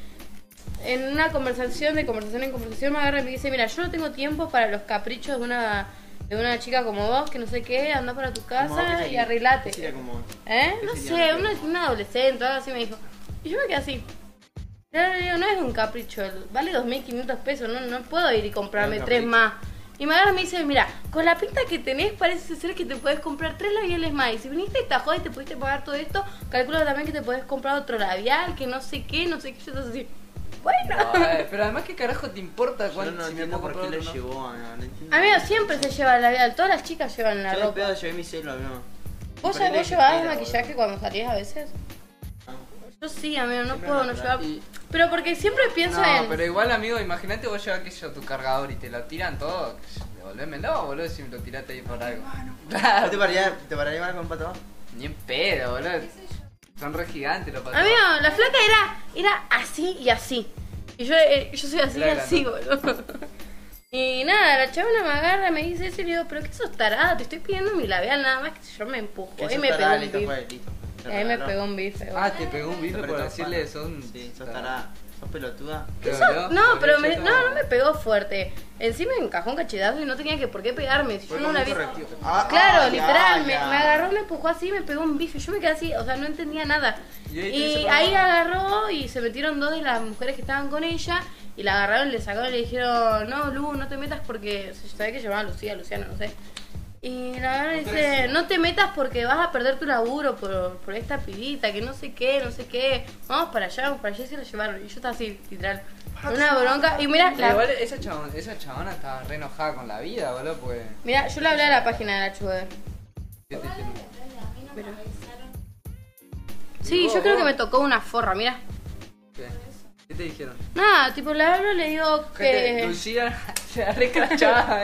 Speaker 1: en una conversación, de conversación en conversación, me agarra y me dice, mira, yo no tengo tiempo para los caprichos de una, de una chica como vos, que no sé qué, anda para tu
Speaker 3: Como, ¿qué
Speaker 1: casa y
Speaker 3: sería?
Speaker 1: arreglate.
Speaker 3: ¿Qué sería como?
Speaker 1: ¿Eh? No
Speaker 3: ¿Qué sería
Speaker 1: sé,
Speaker 3: lo que
Speaker 1: una,
Speaker 3: es?
Speaker 1: una adolescente o algo así me dijo. Y yo me quedé así. Y ahora le digo, no es un capricho, vale 2.500 pesos, no, no puedo ir y comprarme
Speaker 3: Es un
Speaker 1: tres
Speaker 3: capricho.
Speaker 1: más. Y me agarra y me dice, mira, con la pinta que tenés parece ser que te puedes comprar tres labiales más. Y si viniste a esta joda y te pudiste pagar todo esto, calculo también que te podés comprar otro labial, que no sé qué, no sé qué. Yo estaba así, bueno. [laughs]
Speaker 2: No, eh, pero además, ¿qué carajo te importa
Speaker 3: Yo
Speaker 2: cuándo
Speaker 3: no
Speaker 2: si me
Speaker 3: entiendo
Speaker 2: puedo
Speaker 3: por qué
Speaker 2: comprar
Speaker 3: lo
Speaker 2: o no?
Speaker 3: llevó, amigo. No entiendo.
Speaker 1: Amigo, siempre se lleva el labial, todas las chicas llevan la
Speaker 3: Yo de
Speaker 1: ropa.
Speaker 3: pedo llevé mi celo, amigo.
Speaker 1: ¿Vos,
Speaker 3: Ponele
Speaker 1: vos
Speaker 3: que
Speaker 1: llevabas
Speaker 3: era,
Speaker 1: maquillaje
Speaker 3: boludo.
Speaker 1: cuando salías a veces? Yo sí, amigo, no
Speaker 3: Siempre
Speaker 1: puedo no
Speaker 3: natural.
Speaker 1: llevar.
Speaker 2: Y-
Speaker 1: Pero porque siempre pienso
Speaker 2: no,
Speaker 1: en.
Speaker 2: pero igual, amigo, imagínate vos llevas, qué sé yo, tu cargador y te lo tiran todo. qué sé yo, Devolvémelo, boludo, si me lo tiraste ahí por algo. [laughs]
Speaker 3: ¿No Ah, te pararía, te pararía mal con un pato?
Speaker 2: Ni en pedo, boludo. Son re gigantes los patos.
Speaker 1: Amigo, la flaca era, era así y así. Y yo, eh, yo soy así y
Speaker 2: Era
Speaker 1: así, boludo. Y nada, la chavana me agarra, me dice eso y le digo, pero qué sos tarada, te estoy pidiendo mi labial nada más que yo me empujo.
Speaker 3: Que
Speaker 1: Ahí
Speaker 3: sos
Speaker 1: me pegó
Speaker 3: tarada,
Speaker 1: un
Speaker 3: listo,
Speaker 1: bife.
Speaker 3: fue, listo. Te
Speaker 1: Ahí me
Speaker 3: regaló.
Speaker 1: pegó un bife. boludo.
Speaker 2: Ah, te pegó un bife
Speaker 3: Te
Speaker 2: por
Speaker 3: apretó
Speaker 2: decirle
Speaker 3: el
Speaker 2: son.
Speaker 3: palo. Sí, sos tarada. Sos pelotuda.
Speaker 2: ¿Te
Speaker 1: Eso-
Speaker 2: dolió?
Speaker 1: no,
Speaker 2: ¿Te
Speaker 1: pero
Speaker 2: dolió
Speaker 1: me-
Speaker 2: cheto?
Speaker 1: no, no me pegó fuerte. Encima me encajó un cachetazo y no tenía que por qué pegarme. Si yo
Speaker 2: Fue
Speaker 1: no
Speaker 2: como
Speaker 1: la
Speaker 2: un
Speaker 1: vi.
Speaker 2: correctivo.
Speaker 3: Ah,
Speaker 1: Claro,
Speaker 3: ah, ya,
Speaker 1: literal, me,
Speaker 3: ya.
Speaker 1: me agarró, me empujó así, me pegó un bife. Yo me quedé así, o sea, no entendía nada.
Speaker 2: Y
Speaker 1: Y
Speaker 2: ahí
Speaker 1: ahí,
Speaker 2: te hizo la mano.
Speaker 1: agarró y se metieron dos de las mujeres que estaban con ella y la agarraron, le sacaron y le dijeron, no, Lu, no te metas porque o sea, yo sabía que llevaban a Lucía, Luciano, no sé. Y la agarraron y dice, no te metas porque vas a perder tu laburo por, por esta pibita, que no sé qué, no sé qué. Vamos para allá, vamos para allá y se la llevaron. Y yo estaba así, literal.
Speaker 2: Ah,
Speaker 1: Una bronca. Y mira, la,
Speaker 2: Igual esa chabona, esa chabona estaba re enojada con la vida, boludo, porque.
Speaker 1: mira, yo le hablé a la página de la chuve.
Speaker 2: ¿Qué te
Speaker 5: Igual
Speaker 2: dijeron?
Speaker 5: después de a mí no me
Speaker 1: Mira.
Speaker 5: avisaron
Speaker 1: Sí,
Speaker 2: vos,
Speaker 1: yo creo que
Speaker 2: vos?
Speaker 1: me tocó una forra, mira.
Speaker 2: ¿Qué? ¿Qué te dijeron?
Speaker 1: Nada, tipo le hablo y le digo
Speaker 2: Gente,
Speaker 1: que.
Speaker 2: Lucía
Speaker 1: [laughs]
Speaker 2: se la recrachaba.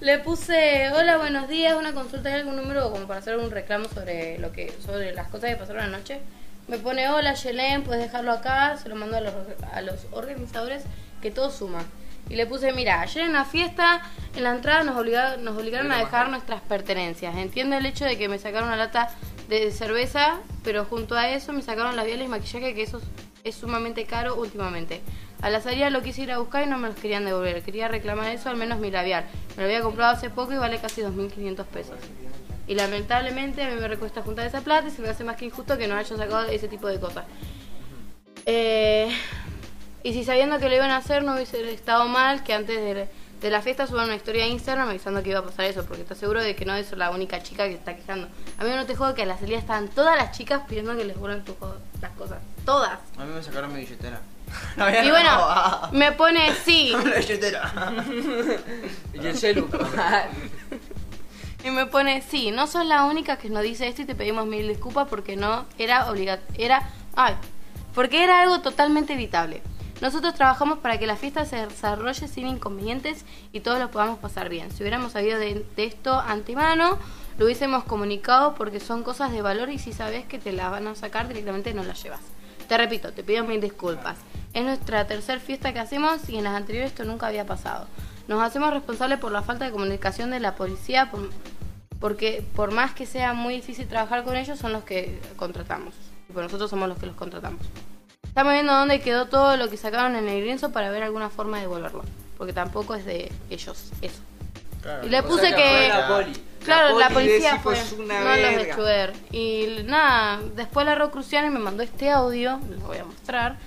Speaker 1: Le puse, hola, buenos días, una consulta, ¿hay algún número como para hacer un reclamo sobre lo que sobre las cosas que pasaron anoche? Me pone, hola, Yelén, puedes dejarlo acá, se lo mando a los, a los organizadores, que todo suma. Y le puse, mira, ayer en la fiesta, en la entrada nos, obliga- nos obligaron a dejar nuestras pertenencias. Entiendo el hecho de que me sacaron una lata de cerveza, pero junto a eso me sacaron labiales y maquillaje, que eso es sumamente caro últimamente. A la salida lo quise ir a buscar y no me los querían devolver. Quería reclamar eso, al menos mi labial. Me lo había comprado hace poco y vale casi 2.500 pesos. Y lamentablemente a mí me recuesta juntar esa plata y se me hace más que injusto que nos hayan sacado ese tipo de cosas. Eh, y si sabiendo que lo iban a hacer no hubiese estado mal que antes de, de la fiesta suban una historia a Instagram avisando que iba a pasar eso, porque estoy seguro de que no es la única chica que se está quejando. A mí no te jodo que a la salida estaban todas las chicas pidiendo que les vuelvan tus co- las cosas. Todas.
Speaker 3: A mí me sacaron
Speaker 1: [laughs]
Speaker 3: mi billetera. [laughs]
Speaker 1: Y bueno, me pone sí.
Speaker 3: La billetera.
Speaker 2: [laughs] y el celu.
Speaker 1: Y me pone, sí, no sos la única que nos dice esto y te pedimos mil disculpas porque no era obliga era, ay, porque era algo totalmente evitable. Nosotros trabajamos para que la fiesta se desarrolle sin inconvenientes y todos lo podamos pasar bien. Si hubiéramos sabido de, de esto antemano, lo hubiésemos comunicado porque son cosas de valor y si sabes que te las van a sacar directamente no las llevas. Te repito, te pido mil disculpas. Es nuestra tercera fiesta que hacemos y en las anteriores esto nunca había pasado. Nos hacemos responsables por la falta de comunicación de la policía, por- porque por más que sea muy difícil trabajar con ellos, son los que contratamos. Y por nosotros somos los que los contratamos. Estamos viendo dónde quedó todo lo que sacaron en el lienzo para ver alguna forma de devolverlo. Porque tampoco es de ellos eso.
Speaker 3: Claro.
Speaker 1: Y le
Speaker 2: O
Speaker 1: puse
Speaker 2: sea
Speaker 1: que.
Speaker 2: afuera
Speaker 4: afuera
Speaker 2: la poli.
Speaker 1: Claro, la,
Speaker 6: poli de
Speaker 1: policía
Speaker 6: Sifo
Speaker 1: fue.
Speaker 6: es una
Speaker 1: no los
Speaker 6: verga.
Speaker 1: destruer. Y nada, después la Ro Cruciani me mandó este audio, les voy a mostrar. [laughs]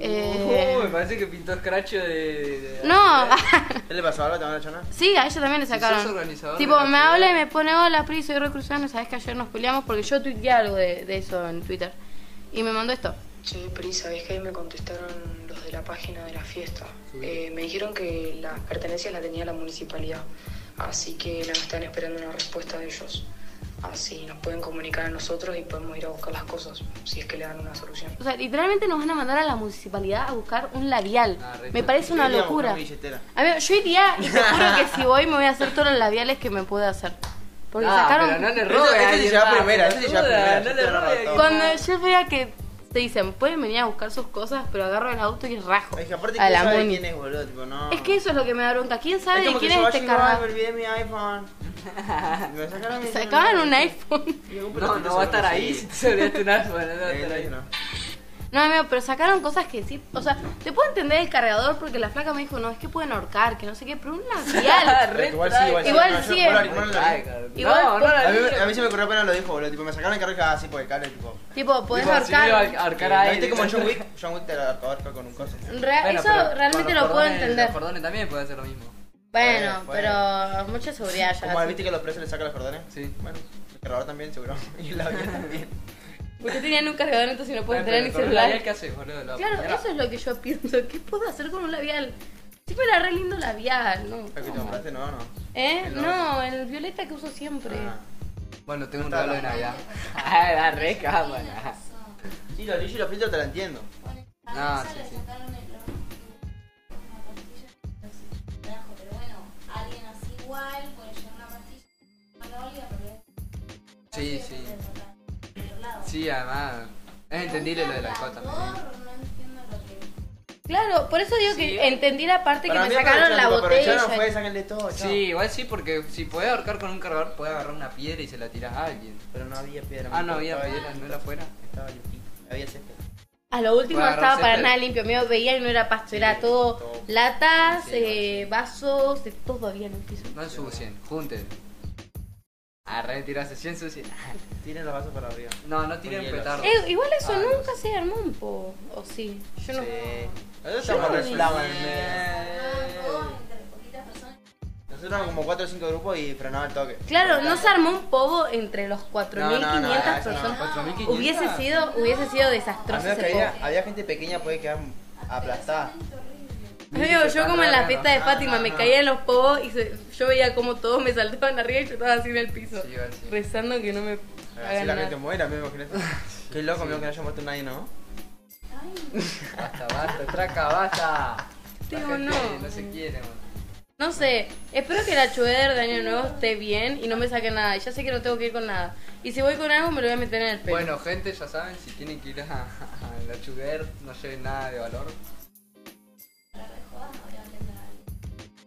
Speaker 1: Eh,
Speaker 2: Uh, me parece que pintó Scratch de. de- [laughs] Ah,
Speaker 1: no, [laughs]
Speaker 3: ¿Qué le pasó algo también a la chona?
Speaker 1: sí, a ella también le
Speaker 2: Si sos
Speaker 1: sacaron.
Speaker 2: organizador de
Speaker 1: Tipo,
Speaker 2: la
Speaker 1: me
Speaker 2: ciudad.
Speaker 1: habla y me pone, hola, Pri, soy Ro Cruciani, sabes que ayer nos peleamos porque yo tuiteé algo de, de eso en Twitter. Y me mandó esto.
Speaker 7: Sí, Pri, ¿sabés que me contestaron los de la página de la fiesta?
Speaker 2: Sí.
Speaker 7: Eh, me dijeron que las pertenencias las tenía la municipalidad, así que nos están esperando una respuesta de ellos. Así nos pueden comunicar a nosotros y podemos ir a buscar las cosas, si es que le dan una solución.
Speaker 1: O sea, literalmente nos van a mandar a la municipalidad a buscar un labial.
Speaker 2: Ah, re
Speaker 1: me parece una
Speaker 3: Queríamos
Speaker 1: locura.
Speaker 3: una billetera.
Speaker 1: Amigo, yo iría y te juro
Speaker 2: [laughs]
Speaker 1: que si voy me voy a hacer todos los labiales que me pude hacer. Porque
Speaker 2: Ah,
Speaker 1: sacaron.
Speaker 2: pero no le
Speaker 3: Eso-
Speaker 2: robe
Speaker 3: eso
Speaker 2: a
Speaker 3: se
Speaker 2: alguien
Speaker 3: lleva
Speaker 2: más,
Speaker 3: primera, eso se lleva
Speaker 2: pelotuda,
Speaker 3: primera,
Speaker 2: No
Speaker 3: yo
Speaker 2: le
Speaker 3: te
Speaker 2: robe a
Speaker 3: robo
Speaker 2: alguien
Speaker 3: todo.
Speaker 1: Cuando
Speaker 2: más.
Speaker 1: yo vea que te dicen, pueden venir a buscar sus cosas, pero agarro el auto y rajo.
Speaker 3: Es que aparte,
Speaker 1: a
Speaker 3: ¿quién
Speaker 1: la
Speaker 3: sabe
Speaker 1: muni.
Speaker 3: quién es, boludo? Tipo, no.
Speaker 1: Es que eso es lo que me da bronca. ¿Quién
Speaker 3: Es
Speaker 1: sabe de
Speaker 3: como que
Speaker 1: quién
Speaker 3: yo
Speaker 1: es
Speaker 3: vaya
Speaker 1: este
Speaker 3: y digo, "Ay,
Speaker 1: carnal?
Speaker 3: Me olvidé mi iPhone. Y me
Speaker 1: [laughs]
Speaker 3: sacaron mi
Speaker 1: Sacaban un
Speaker 3: celular.
Speaker 1: iPhone. [laughs]
Speaker 3: Y digo,
Speaker 2: No, no va a estar ahí [laughs] si
Speaker 3: Sí.
Speaker 2: te sobraste un alfa, no va a
Speaker 3: Eh,
Speaker 2: estar ahí.
Speaker 3: no.
Speaker 1: No, amigo, pero sacaron cosas que sí. O sea, te puedo entender el cargador porque la flaca me dijo, no, es que pueden ahorcar, que no sé qué, pero un labial.
Speaker 3: Pero
Speaker 2: [laughs] Re trae.
Speaker 3: que Igual sí, igual sí.
Speaker 1: Igual sí es.
Speaker 3: No, yo puedo animarlo, lo
Speaker 2: Ay,
Speaker 3: digo.
Speaker 2: cabrón.
Speaker 1: Igual
Speaker 2: No, no
Speaker 1: por-
Speaker 2: la
Speaker 3: A mí,
Speaker 2: digo.
Speaker 3: a mí se me ocurrió apenas lo dijo, boludo. Tipo, me sacaron el carro y dije, ah, sí, por el cable, tipo.
Speaker 1: tipo, podés
Speaker 2: Tipo, si veo
Speaker 1: ahorcar.
Speaker 2: a ahorcar a
Speaker 3: ¿No
Speaker 2: alguien,
Speaker 3: viste como en John
Speaker 2: ¿sabes?
Speaker 3: Wick? John Wick te lo ahorca con un coso.
Speaker 1: Re-
Speaker 2: Bueno,
Speaker 1: eso
Speaker 2: pero
Speaker 1: realmente
Speaker 2: con
Speaker 1: lo
Speaker 2: los
Speaker 1: puedo
Speaker 2: cordones-
Speaker 1: entender.
Speaker 2: Los cordones también pueden hacer lo mismo.
Speaker 1: Bueno,
Speaker 3: Bueno,
Speaker 1: pero mucha seguridad ya.
Speaker 3: Como
Speaker 1: sí.
Speaker 3: viste que los presos le sacan los cordones.
Speaker 2: Sí.
Speaker 3: Bueno, el cargador también, seguro. [laughs] Y el audio
Speaker 1: [laughs]
Speaker 3: también.
Speaker 1: Porque tenían un cargador, entonces no
Speaker 3: Ah,
Speaker 1: pueden
Speaker 2: Bueno,
Speaker 1: tener ni
Speaker 2: pero con el
Speaker 1: celular.
Speaker 2: labial, ¿Qué haces, boludo? Lo
Speaker 1: Claro,
Speaker 2: apuñalás.
Speaker 1: eso es lo que yo pienso. ¿Qué puedo hacer con un labial? Sí, me era re lindo labial, ¿no?
Speaker 3: ¿Pero Ah, que te compraste? No, no.
Speaker 1: ¿Eh?
Speaker 3: El
Speaker 1: No, el violeta que uso siempre.
Speaker 3: Ah.
Speaker 2: Bueno, tengo un
Speaker 3: Está
Speaker 2: regalo de
Speaker 3: la-
Speaker 2: Navidad.
Speaker 1: [laughs]
Speaker 2: Ah, la re cámara.
Speaker 3: Sí, los lillos y los filtros te la entiendo.
Speaker 2: Ah, sí, sí. Sí, sí. Sí, además. Es entendible lo de la cota también.
Speaker 5: No entiendo lo que.
Speaker 1: Claro, por eso digo
Speaker 2: Sí.
Speaker 1: que entendí la parte
Speaker 3: Para
Speaker 1: que
Speaker 3: mí
Speaker 1: me sacaron la
Speaker 3: aprovecharon, tipo,
Speaker 1: botella.
Speaker 3: aprovecharon, fue, sáquenle todo, chao.
Speaker 2: Sí, igual sí, porque si podés ahorcar con un cargador, podés agarrar una piedra y se la tirás a alguien.
Speaker 3: Pero no había piedra.
Speaker 2: Ah, no había
Speaker 3: estaba-
Speaker 2: piedra, no era afuera.
Speaker 3: Estaba limpito. Había césped.
Speaker 1: A lo último no
Speaker 2: Bueno,
Speaker 1: estaba para
Speaker 2: receta.
Speaker 1: nada limpio. Mío veía y no era pasto, era
Speaker 3: Sí,
Speaker 1: todo,
Speaker 3: todo.
Speaker 1: latas,
Speaker 2: Sí,
Speaker 1: eh, vasos, de todo había en el piso.
Speaker 2: No ensucien, junten. Arre, tirás, sí ensucien.
Speaker 3: Tiren los vasos para arriba.
Speaker 2: No, no tiren
Speaker 3: Con hielo.
Speaker 2: petardos.
Speaker 1: Eh, igual eso
Speaker 2: Ah, no
Speaker 1: nunca se armó un po. ¿O sí? Yo no.
Speaker 3: Sí. Nosotros
Speaker 1: Yo
Speaker 3: estamos
Speaker 1: no
Speaker 3: re
Speaker 1: vi.
Speaker 3: flama en el medio.
Speaker 5: Todos
Speaker 2: Eh.
Speaker 5: entre poquitas personas.
Speaker 3: Nosotros éramos como 4 o 5 grupos y frenaba el toque.
Speaker 1: Claro, no se armó un pobo entre los 4.500
Speaker 3: No, no, no, eso no.
Speaker 1: personas.
Speaker 2: 4.500.
Speaker 1: Hubiese sido, hubiese sido
Speaker 3: A
Speaker 1: desastroso
Speaker 3: menos que
Speaker 1: ese pobo.
Speaker 3: había, había gente pequeña, puede quedar aplastada.
Speaker 1: Amigo, yo como en la fiesta de
Speaker 3: No,
Speaker 1: Fátima
Speaker 3: no,
Speaker 1: me
Speaker 3: no.
Speaker 1: caía en los pobos y se- yo veía como todos me saltaban arriba y yo estaba así en el piso.
Speaker 2: Sí, igual sí.
Speaker 1: Rezando que no me
Speaker 3: Así
Speaker 1: hagan
Speaker 3: la gente
Speaker 1: nada.
Speaker 3: muera, me imagínate. Qué loco, amigo, que no haya muerto nadie, ¿no?
Speaker 2: Basta, basta, traca, basta. La
Speaker 1: Digo,
Speaker 2: gente
Speaker 1: no.
Speaker 2: no se quiere, man.
Speaker 1: No sé, espero que la chuder de Año Nuevo esté bien y no me saque nada. Ya sé que no tengo que ir con nada. Y si voy con algo me lo voy a meter en el pelo.
Speaker 2: Bueno, gente, ya saben, si tienen que ir a, a la Chuguer, no lleven nada de valor. [laughs]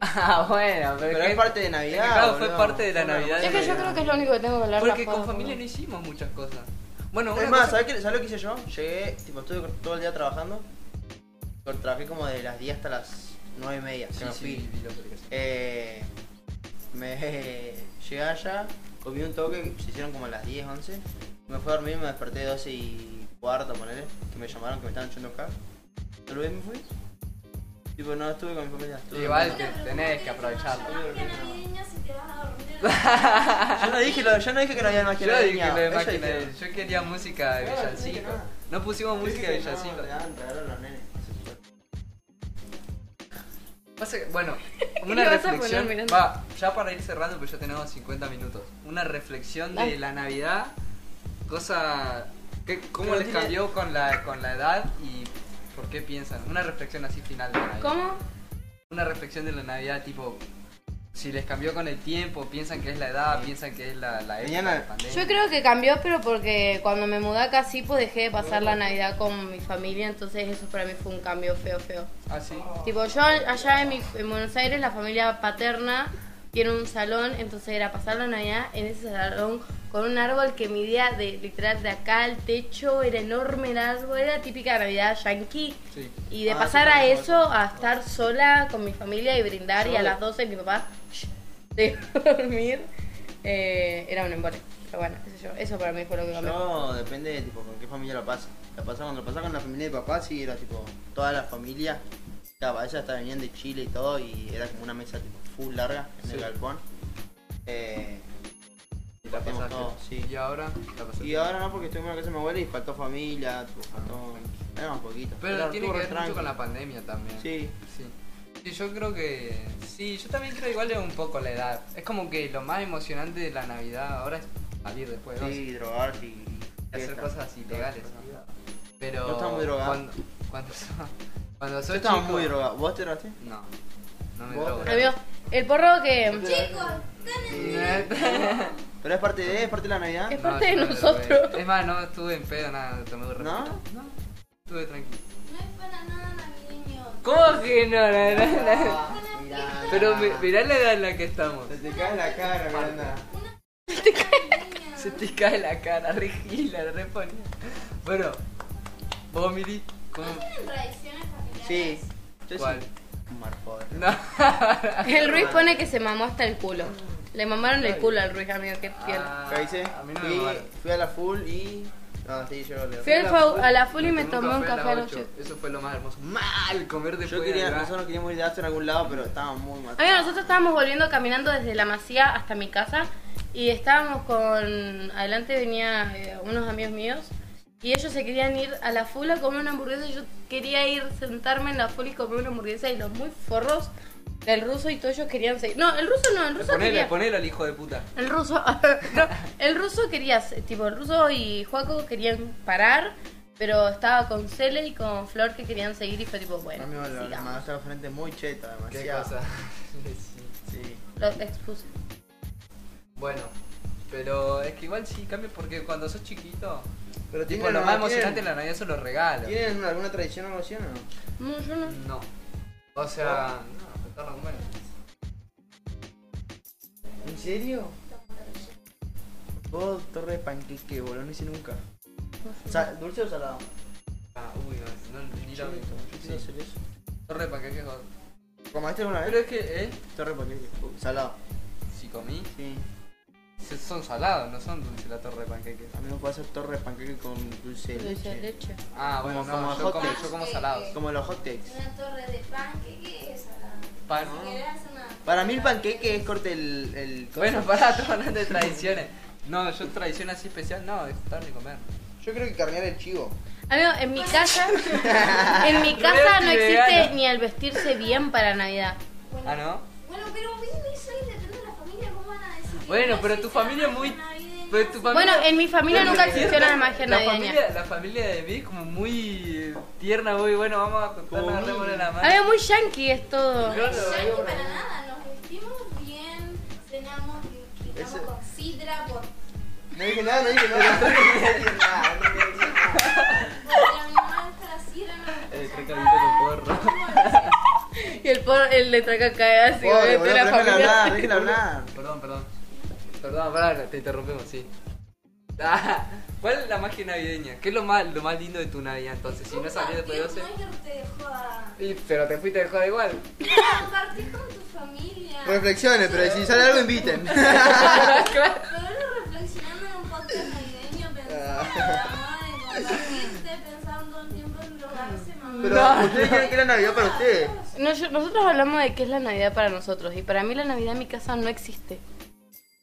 Speaker 2: Ah, bueno,
Speaker 3: Pero
Speaker 2: que-
Speaker 3: es parte de
Speaker 2: que
Speaker 3: Navidad.
Speaker 2: claro,
Speaker 3: boludo.
Speaker 2: fue parte de la Navidad.
Speaker 1: es que yo creo que es lo único que tengo que hablar.
Speaker 2: Porque
Speaker 1: raspado,
Speaker 2: con familia no
Speaker 1: boludo.
Speaker 2: hicimos muchas cosas. Bueno, una
Speaker 3: Es más,
Speaker 2: cosa-
Speaker 3: ¿sabes, qué- ¿sabes lo que hice yo? Llegué, tipo, estuve todo el día trabajando. Pero Trabajé como de las 10 hasta las 9 y media. que
Speaker 2: Sí,
Speaker 3: me
Speaker 2: sí,
Speaker 3: fui.
Speaker 2: vi la publicación.
Speaker 3: Eh, me [laughs] llegué allá, comí un toque, se hicieron como a las 10, 11. Me fui a dormir, me desperté 12 y cuarto, ponele, que me llamaron que me estaban echando acá. Pero luego me fui. Tipo, no estuve con mi familia. Estuve
Speaker 2: Igual
Speaker 3: con-
Speaker 2: que tenés que aprovecharlo.
Speaker 5: Máquina navideña si te vas a dormir.
Speaker 2: [laughs]
Speaker 3: Yo no dije, lo- yo no dije que no había más que
Speaker 2: Yo
Speaker 3: la
Speaker 2: dije
Speaker 3: niña,
Speaker 2: lo de
Speaker 3: ellos
Speaker 2: máquina,
Speaker 3: dijeron.
Speaker 2: yo quería música de
Speaker 3: No, no dije
Speaker 2: villancico.
Speaker 3: nada.
Speaker 2: No pusimos
Speaker 3: Yo dije
Speaker 2: música de
Speaker 3: que no,
Speaker 2: villancico.
Speaker 3: le daban regalo a los nenes.
Speaker 2: Pasa que-
Speaker 1: [laughs]
Speaker 2: bueno,
Speaker 1: le
Speaker 2: una
Speaker 1: vas a
Speaker 2: reflexión.
Speaker 1: poner, Miranda?
Speaker 2: Va, ya para ir cerrando, pues ya tenemos 50 minutos. Una reflexión de
Speaker 1: Dale.
Speaker 2: la Navidad, cosa. que- ¿Cómo
Speaker 3: Pero
Speaker 2: les
Speaker 3: tiene-
Speaker 2: cambió con la, con la edad y por qué piensan? Una reflexión así final de la Navidad.
Speaker 1: ¿Cómo?
Speaker 2: Una reflexión de la Navidad, tipo. Si les cambió con el tiempo, piensan que es la edad, piensan que es la, la época
Speaker 3: Mañana-
Speaker 2: de pandemia.
Speaker 1: Yo creo que cambió, pero porque cuando me mudé acá sí, pues dejé de pasar la Navidad con mi familia, entonces eso para mí fue un cambio feo, feo.
Speaker 2: Ah, sí.
Speaker 1: Tipo, yo allá en, mi- en Buenos Aires, la familia paterna tiene un salón, entonces era pasar la Navidad en ese salón con un árbol que midía de literal de acá al techo, era enorme el árbol, era típica Navidad yankee.
Speaker 2: Sí.
Speaker 1: Y de
Speaker 3: Ah,
Speaker 1: pasar
Speaker 3: sí,
Speaker 1: a
Speaker 3: también,
Speaker 1: eso a estar sola con mi familia y brindar y a
Speaker 3: Solo.
Speaker 1: las 12 mi papá, [laughs] "Shh, de dormir, eh, era un embole. Pero bueno, qué sé yo, eso para mí fue lo que cambió.
Speaker 3: Yo, depende de tipo, con qué familia lo pasa. La pasaba cuando lo pasaba con la familia de papá, sí, era tipo, toda la familia. Estaba, ellas hasta venían de Chile y todo, y era como una mesa tipo full larga en el
Speaker 2: Sí.
Speaker 3: galpón. Eh, y la pasamos
Speaker 2: Pasaste.
Speaker 3: todos, sí.
Speaker 2: Y ahora la pasaste.
Speaker 3: Y ahora no, porque estuvimos en la casa de mi abuela y faltó familia, tipo, faltó. Era un poquito.
Speaker 2: Pero tiene que
Speaker 3: estuvo
Speaker 2: ver
Speaker 3: re
Speaker 2: mucho con la
Speaker 3: tranqui.
Speaker 2: pandemia también.
Speaker 3: Sí.
Speaker 2: Sí. Sí, yo creo que. Sí, yo también creo igual es un poco la edad. Es como que lo más emocionante de la Navidad ahora es salir después. ¿no?
Speaker 3: Sí, drogarse y.
Speaker 2: Y hacer
Speaker 3: fiesta.
Speaker 2: cosas ilegales. Pero.
Speaker 3: Vos estás muy drogado.
Speaker 2: Cuando, cuando, so- cuando
Speaker 3: Yo
Speaker 2: sos
Speaker 3: estaba
Speaker 2: chico-
Speaker 3: muy drogado. ¿Vos te drogaste?
Speaker 2: No, no me
Speaker 3: Vos
Speaker 2: drogo.
Speaker 3: te-
Speaker 1: Amigo, el porro que
Speaker 5: Chicos,
Speaker 2: [laughs]
Speaker 3: [laughs]
Speaker 5: ¿están en
Speaker 3: Pero es parte de, es parte de la Navidad.
Speaker 1: Es
Speaker 2: No,
Speaker 1: parte
Speaker 2: yo
Speaker 1: de
Speaker 2: no me
Speaker 1: nosotros.
Speaker 2: drogué. Es más, no estuve en pedo, nada, no tomé un
Speaker 3: ¿No?
Speaker 2: ratito. No, estuve tranquilo.
Speaker 5: No es para nada
Speaker 2: [laughs]
Speaker 5: navideño.
Speaker 2: ¿Cómo que no?
Speaker 3: Ah, mirá.
Speaker 2: [laughs] [laughs] Pero mi- mirá la edad en la que estamos.
Speaker 3: Se te cae la cara, Miranda.
Speaker 5: Navideño.
Speaker 2: Se te cae la cara, re gila, re ponía. Bueno, vos Miri, ¿cómo?
Speaker 5: ¿No tienen tradiciones familiares?
Speaker 3: Sí. Yo
Speaker 2: ¿Cuál?
Speaker 3: sí. Fumar joder.
Speaker 2: No.
Speaker 1: El Ruiz pone que se mamó hasta el culo. Le mamaron el culo al Ruiz, amigo, qué piel.
Speaker 3: Ah, ¿Qué hice?
Speaker 2: Ah, A mí no
Speaker 3: fui,
Speaker 2: me vale.
Speaker 3: fui a la full y. No, sí, yo lo
Speaker 1: Fui al fa- a la full y me
Speaker 2: Nunca
Speaker 1: tomé un
Speaker 2: fue a las
Speaker 1: café a los
Speaker 2: ocho.
Speaker 1: chicos.
Speaker 2: Eso fue lo más hermoso. Mal comer después
Speaker 3: Yo
Speaker 2: de
Speaker 3: quería,
Speaker 2: la-
Speaker 3: nosotros queríamos ir de Astor en algún lado, pero estábamos muy matados.
Speaker 1: Amigo, nosotros estábamos volviendo caminando desde la masía hasta mi casa y estábamos con. Adelante venían unos amigos míos y ellos se querían ir a la full a comer una hamburguesa y yo quería ir, sentarme en la full y comer una hamburguesa y los muy forros del ruso y todos ellos querían seguir. No, el ruso no, el ruso
Speaker 2: Ponele,
Speaker 1: quería.
Speaker 2: ponele al hijo de puta.
Speaker 1: El ruso, [laughs] no, el ruso quería, hacer- tipo, el ruso y Juaco querían parar, pero estaba con Cele y con Flor que querían seguir y fue tipo, bueno,
Speaker 3: Amigo, la, la
Speaker 1: sigamos.
Speaker 3: madrastra de frente es muy cheta,
Speaker 2: Qué
Speaker 3: demasiado.
Speaker 2: cosa. [laughs] Sí.
Speaker 3: Sí.
Speaker 1: Lo expuse.
Speaker 2: Bueno, pero es que igual sí cambia porque cuando sos chiquito.
Speaker 3: Pero
Speaker 2: Tipo, lo más emocionante en la Navidad son los regalos.
Speaker 3: ¿Tienen alguna tradición o algo así o no?
Speaker 1: No, yo no.
Speaker 2: No. O sea, no, está re bueno.
Speaker 3: ¿En serio? Vos, torre de panqueque, boludo, no hice nunca. Sa- ¿Dulce o salado?
Speaker 2: Ah, uy, no, no ni lo mismo.
Speaker 3: Yo quiero hacer eso.
Speaker 2: Torre de panqueques hot.
Speaker 3: ¿Comiste alguna
Speaker 2: Pero
Speaker 3: vez?
Speaker 2: es que, eh,
Speaker 3: Torre de panqueque. Uh, Salado.
Speaker 2: si comí,
Speaker 3: Sí.
Speaker 2: se- son salados, no son dulces la torre de panqueques.
Speaker 3: A mí me puede hacer torre de panqueque con dulce de
Speaker 1: Dulce de
Speaker 3: leche.
Speaker 1: leche.
Speaker 2: Ah,
Speaker 3: Como-
Speaker 2: bueno,
Speaker 3: como
Speaker 2: no, yo
Speaker 3: hot
Speaker 2: como,
Speaker 3: cakes.
Speaker 2: yo como salados.
Speaker 3: Como los hot cakes.
Speaker 5: Una torre de pan, ¿qué, qué es? Ahora,
Speaker 2: Pan.
Speaker 5: si querés una-
Speaker 2: Ah,
Speaker 3: Para mí el panqueque es corte el... el
Speaker 2: Bueno, pará, [laughs] estamos hablando de tradiciones. No, yo tradición así especial, no, es tarde de comer.
Speaker 3: Yo creo que carnear el chivo.
Speaker 1: Amigo, en mi
Speaker 3: [laughs]
Speaker 1: casa, en mi casa no existe
Speaker 2: Vegano.
Speaker 1: ni el vestirse bien para Navidad.
Speaker 5: Bueno,
Speaker 2: Ah, ¿no?
Speaker 5: Bueno, pero vino y soy depende de la familia, ¿cómo van a decir? que
Speaker 2: Bueno,
Speaker 5: no
Speaker 2: pero
Speaker 5: soy
Speaker 2: tu familia es
Speaker 5: tan
Speaker 2: muy...
Speaker 5: navideña?
Speaker 2: Pero tu
Speaker 1: Bueno,
Speaker 2: familia...
Speaker 1: en mi familia nunca
Speaker 2: Pero
Speaker 1: existió la
Speaker 2: tierna,
Speaker 1: magia
Speaker 2: la
Speaker 1: navideña.
Speaker 2: Familia, la familia de mí es como muy eh, tierna, muy bueno, vamos a
Speaker 3: Como
Speaker 2: juntarnos a
Speaker 3: muy-
Speaker 2: remole la mano.
Speaker 1: Amigo, muy yankee es todo.
Speaker 2: Yo-
Speaker 5: Ya
Speaker 2: Yo-
Speaker 5: ni para nada, nos vestimos bien, cenamos, quitamos
Speaker 3: Ese-
Speaker 5: con sidra, por
Speaker 3: No dije nada, no dije [laughs] nada. No dije nada, no dije nada.
Speaker 5: porque mi mamá está la sidra, no
Speaker 2: Eh,
Speaker 5: nos
Speaker 2: creo que ahorita con porro.
Speaker 1: Y el por, el de traca cae así,
Speaker 3: Pobre,
Speaker 1: obviamente,
Speaker 3: boludo,
Speaker 1: la
Speaker 3: déjala hablar,
Speaker 1: familia.
Speaker 3: déjala hablar.
Speaker 2: Perdón, perdón. Perdón, pará, te interrumpimos, sí. [laughs] Ah, ¿Cuál es la magia navideña? ¿Qué es lo más, lo más lindo de tu Navidad entonces? Si no salías después de 12.
Speaker 5: No es que te dejó a...
Speaker 2: Y, pero te fuiste de joda igual.
Speaker 5: Compartir con tu familia.
Speaker 3: Reflexiones, pero si sale algo inviten.
Speaker 5: Pero reflexionando en un podcast navideño, pensando en el amor, en compartirte, pensando en tiempo en drogarse, mamá.
Speaker 3: Pero ustedes creen que era Navidad para ustedes.
Speaker 1: No, yo- nosotros hablamos de qué es la Navidad para nosotros. Y para mí la Navidad en mi casa no existe.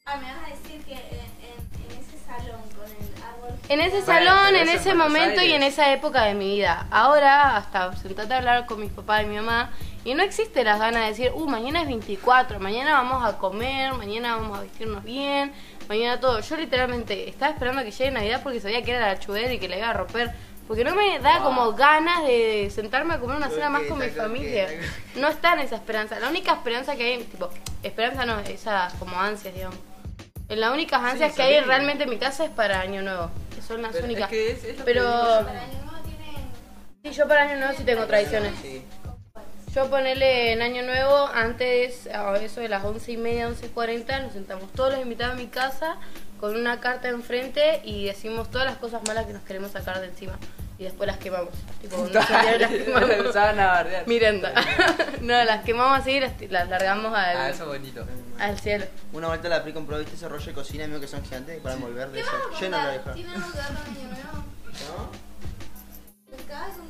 Speaker 5: Ah, me vas a decir que en, en- en ese salón con el árbol.
Speaker 1: En ese
Speaker 5: gigante,
Speaker 2: Bueno,
Speaker 1: salón,
Speaker 2: pero
Speaker 1: en
Speaker 2: eso es
Speaker 1: ese
Speaker 2: Buenos
Speaker 1: momento y
Speaker 2: Aires.
Speaker 1: en esa época de mi vida. Ahora, hasta sentate a hablar con mis papás y mi mamá, y no existe las ganas de decir, uh, mañana es 24, mañana vamos a comer, mañana vamos a vestirnos bien, mañana todo. Yo literalmente estaba esperando que llegue Navidad porque sabía que era la chudera y que la iba a romper. Porque no me da
Speaker 2: Wow.
Speaker 1: como ganas de sentarme a comer una
Speaker 3: Ok,
Speaker 1: cena más con mi
Speaker 3: está bien,
Speaker 1: familia.
Speaker 3: está bien.
Speaker 1: No está en esa esperanza. La única esperanza que hay, tipo, esperanza no, esa como ansias, digamos. Las únicas ansias que hay
Speaker 2: salir.
Speaker 1: realmente en mi casa es para Año Nuevo. que Son las
Speaker 2: Pero es
Speaker 1: únicas.
Speaker 2: que es- es lo que
Speaker 1: Pero
Speaker 2: digo
Speaker 5: Para el nuevo tienen.
Speaker 1: sí, yo para Año Nuevo sí tengo tradiciones.
Speaker 3: Sí.
Speaker 1: Yo ponele en Año Nuevo, antes, a eso de las once y media, 11.40, nos sentamos todos los invitados a mi casa con una carta enfrente y decimos todas las cosas malas que nos queremos sacar de encima. y después las quemamos. Tipo, [laughs] con un incendiario las
Speaker 2: [laughs]
Speaker 1: quemamos.
Speaker 2: Empezaban a bardear.
Speaker 1: Miranda. [laughs] no, las quemamos así y las, las largamos al,
Speaker 2: Ah, eso es bonito.
Speaker 1: al cielo.
Speaker 3: Una vuelta la aplico compró, viste ese rollo de cocina, amigo, que son gigantes para envolver de
Speaker 5: ¿Qué
Speaker 3: eso.
Speaker 5: vamos a
Speaker 3: Yo no lo
Speaker 5: contar?
Speaker 3: dejo.
Speaker 5: ¿Sí tenemos que dar con año nuevo? Porque cada vez un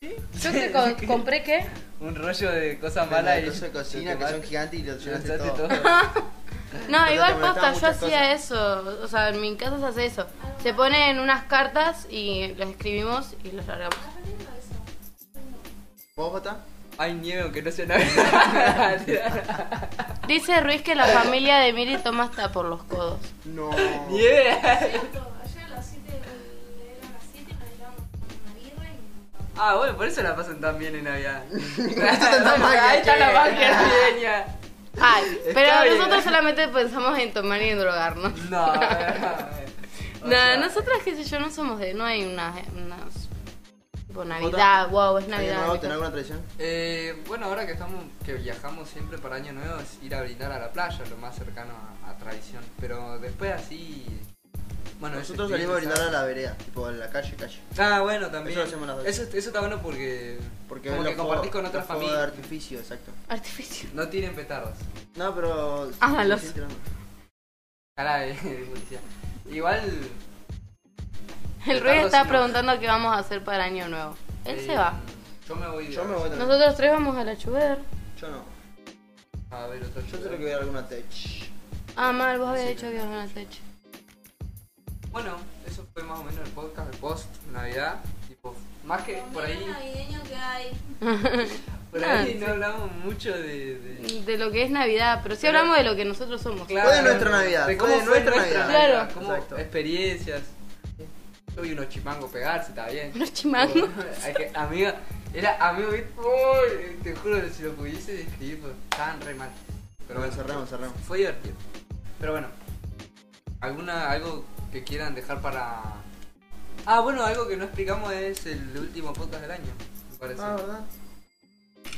Speaker 5: perfil
Speaker 1: Yo
Speaker 2: [laughs]
Speaker 1: te co- compré qué?
Speaker 2: Un rollo de cosas
Speaker 3: Mala
Speaker 2: malas y.
Speaker 3: y de cocina, que son gigantes y lo llenaste
Speaker 2: Lanzaste
Speaker 3: todo.
Speaker 2: todo.
Speaker 1: No,
Speaker 3: Pero
Speaker 1: igual
Speaker 3: te
Speaker 1: posta,
Speaker 3: molestaban
Speaker 1: yo
Speaker 3: muchas
Speaker 1: hacía eso. O sea, en mi casa se hace eso. Se ponen unas cartas y las escribimos y las largamos.
Speaker 5: Ah,
Speaker 3: ¿Vos, Jota?
Speaker 2: Hay nieve aunque no sea
Speaker 3: [laughs]
Speaker 2: Navidad. [laughs]
Speaker 1: Dice Ruiz que la familia de Miri toma hasta por los codos.
Speaker 3: No.
Speaker 2: ¡Nieve!
Speaker 5: cierto. Ayer a las 7 le dieron las 7 y nos llevamos una birra y
Speaker 2: Ah, bueno, por eso la pasan tan bien en
Speaker 3: [laughs]
Speaker 2: Navidad. [laughs]
Speaker 3: magia,
Speaker 2: Ahí está
Speaker 3: che.
Speaker 2: la magia navideña.
Speaker 1: Ay, pero
Speaker 2: Está bien.
Speaker 1: nosotros solamente pensamos en tomar y en drogarnos.
Speaker 2: No,
Speaker 1: [laughs] No, nosotras, qué sé yo, no somos de. No hay unas. unas- tipo
Speaker 3: ¿Otra?
Speaker 1: Navidad, wow, es
Speaker 3: ¿Alguien
Speaker 1: Navidad.
Speaker 3: nuevo tener alguna tradición?
Speaker 2: Eh, bueno, ahora que estamos, que viajamos siempre para Año Nuevo es ir a brindar a la playa, lo más cercano a, a tradición. Pero después así, bueno, ese
Speaker 3: Nosotros
Speaker 2: fin de
Speaker 3: salimos a brindar a
Speaker 2: sábado-
Speaker 3: la vereda, tipo a la calle, calle.
Speaker 2: Ah, bueno, también.
Speaker 3: Eso lo hacemos las dos.
Speaker 2: Eso, eso está bueno porque,
Speaker 3: Porque
Speaker 2: como
Speaker 3: ven
Speaker 2: que
Speaker 3: los
Speaker 2: compartís
Speaker 3: fuegos-
Speaker 2: con otras
Speaker 3: los fuegos
Speaker 2: familias.
Speaker 3: de artificio, exacto.
Speaker 1: Artificio.
Speaker 2: No tienen petardos.
Speaker 3: No, pero.
Speaker 1: Ah, los-
Speaker 3: sí, tirando.
Speaker 2: Cara [laughs] de, de policía. eh, Igual.
Speaker 1: El Ruiz
Speaker 2: Ricardo
Speaker 1: está
Speaker 2: se
Speaker 1: preguntando qué vamos a hacer para Año Nuevo. Él
Speaker 2: eh,
Speaker 1: se va.
Speaker 2: Yo me voy. de
Speaker 3: Yo me voy también.
Speaker 1: Nosotros tres vamos a la chuber.
Speaker 3: Yo no.
Speaker 2: A ver, otro
Speaker 3: Yo
Speaker 2: lugar.
Speaker 3: creo que voy a alguna tech.
Speaker 1: Ah, mal, vos habías dicho que ibas a la techo.
Speaker 2: Bueno, eso fue más o menos el podcast, el post Navidad. Tipo, más que
Speaker 5: nos
Speaker 2: por ahí,
Speaker 5: comieron navideño que hay.
Speaker 2: por
Speaker 3: Ah,
Speaker 2: ahí no hablamos mucho de- de
Speaker 1: De lo que es Navidad, pero sí hablamos de lo que nosotros somos.
Speaker 2: Claro,
Speaker 3: Fue de nuestra Navidad,
Speaker 2: De
Speaker 3: fue
Speaker 2: cómo
Speaker 3: de
Speaker 2: fue
Speaker 3: nuestra
Speaker 2: nuestra Navidad.
Speaker 3: Navidad.
Speaker 1: Claro.
Speaker 2: Cómo
Speaker 3: Exacto.
Speaker 2: experiencias. Yo vi unos chimangos pegarse, está bien.
Speaker 1: Unos chimangos.
Speaker 2: [laughs] Hay que- amiga, era amigo, ¿viste? Uy, te juro que si lo pudiese describir, pues, estaban re mal. Pero bueno,
Speaker 3: cerramos, cerramos.
Speaker 2: fue divertido. Pero bueno, alguna algo que quieran dejar para Ah, bueno, algo que no explicamos es el último podcast del año, me parece.
Speaker 3: Ah, ¿verdad?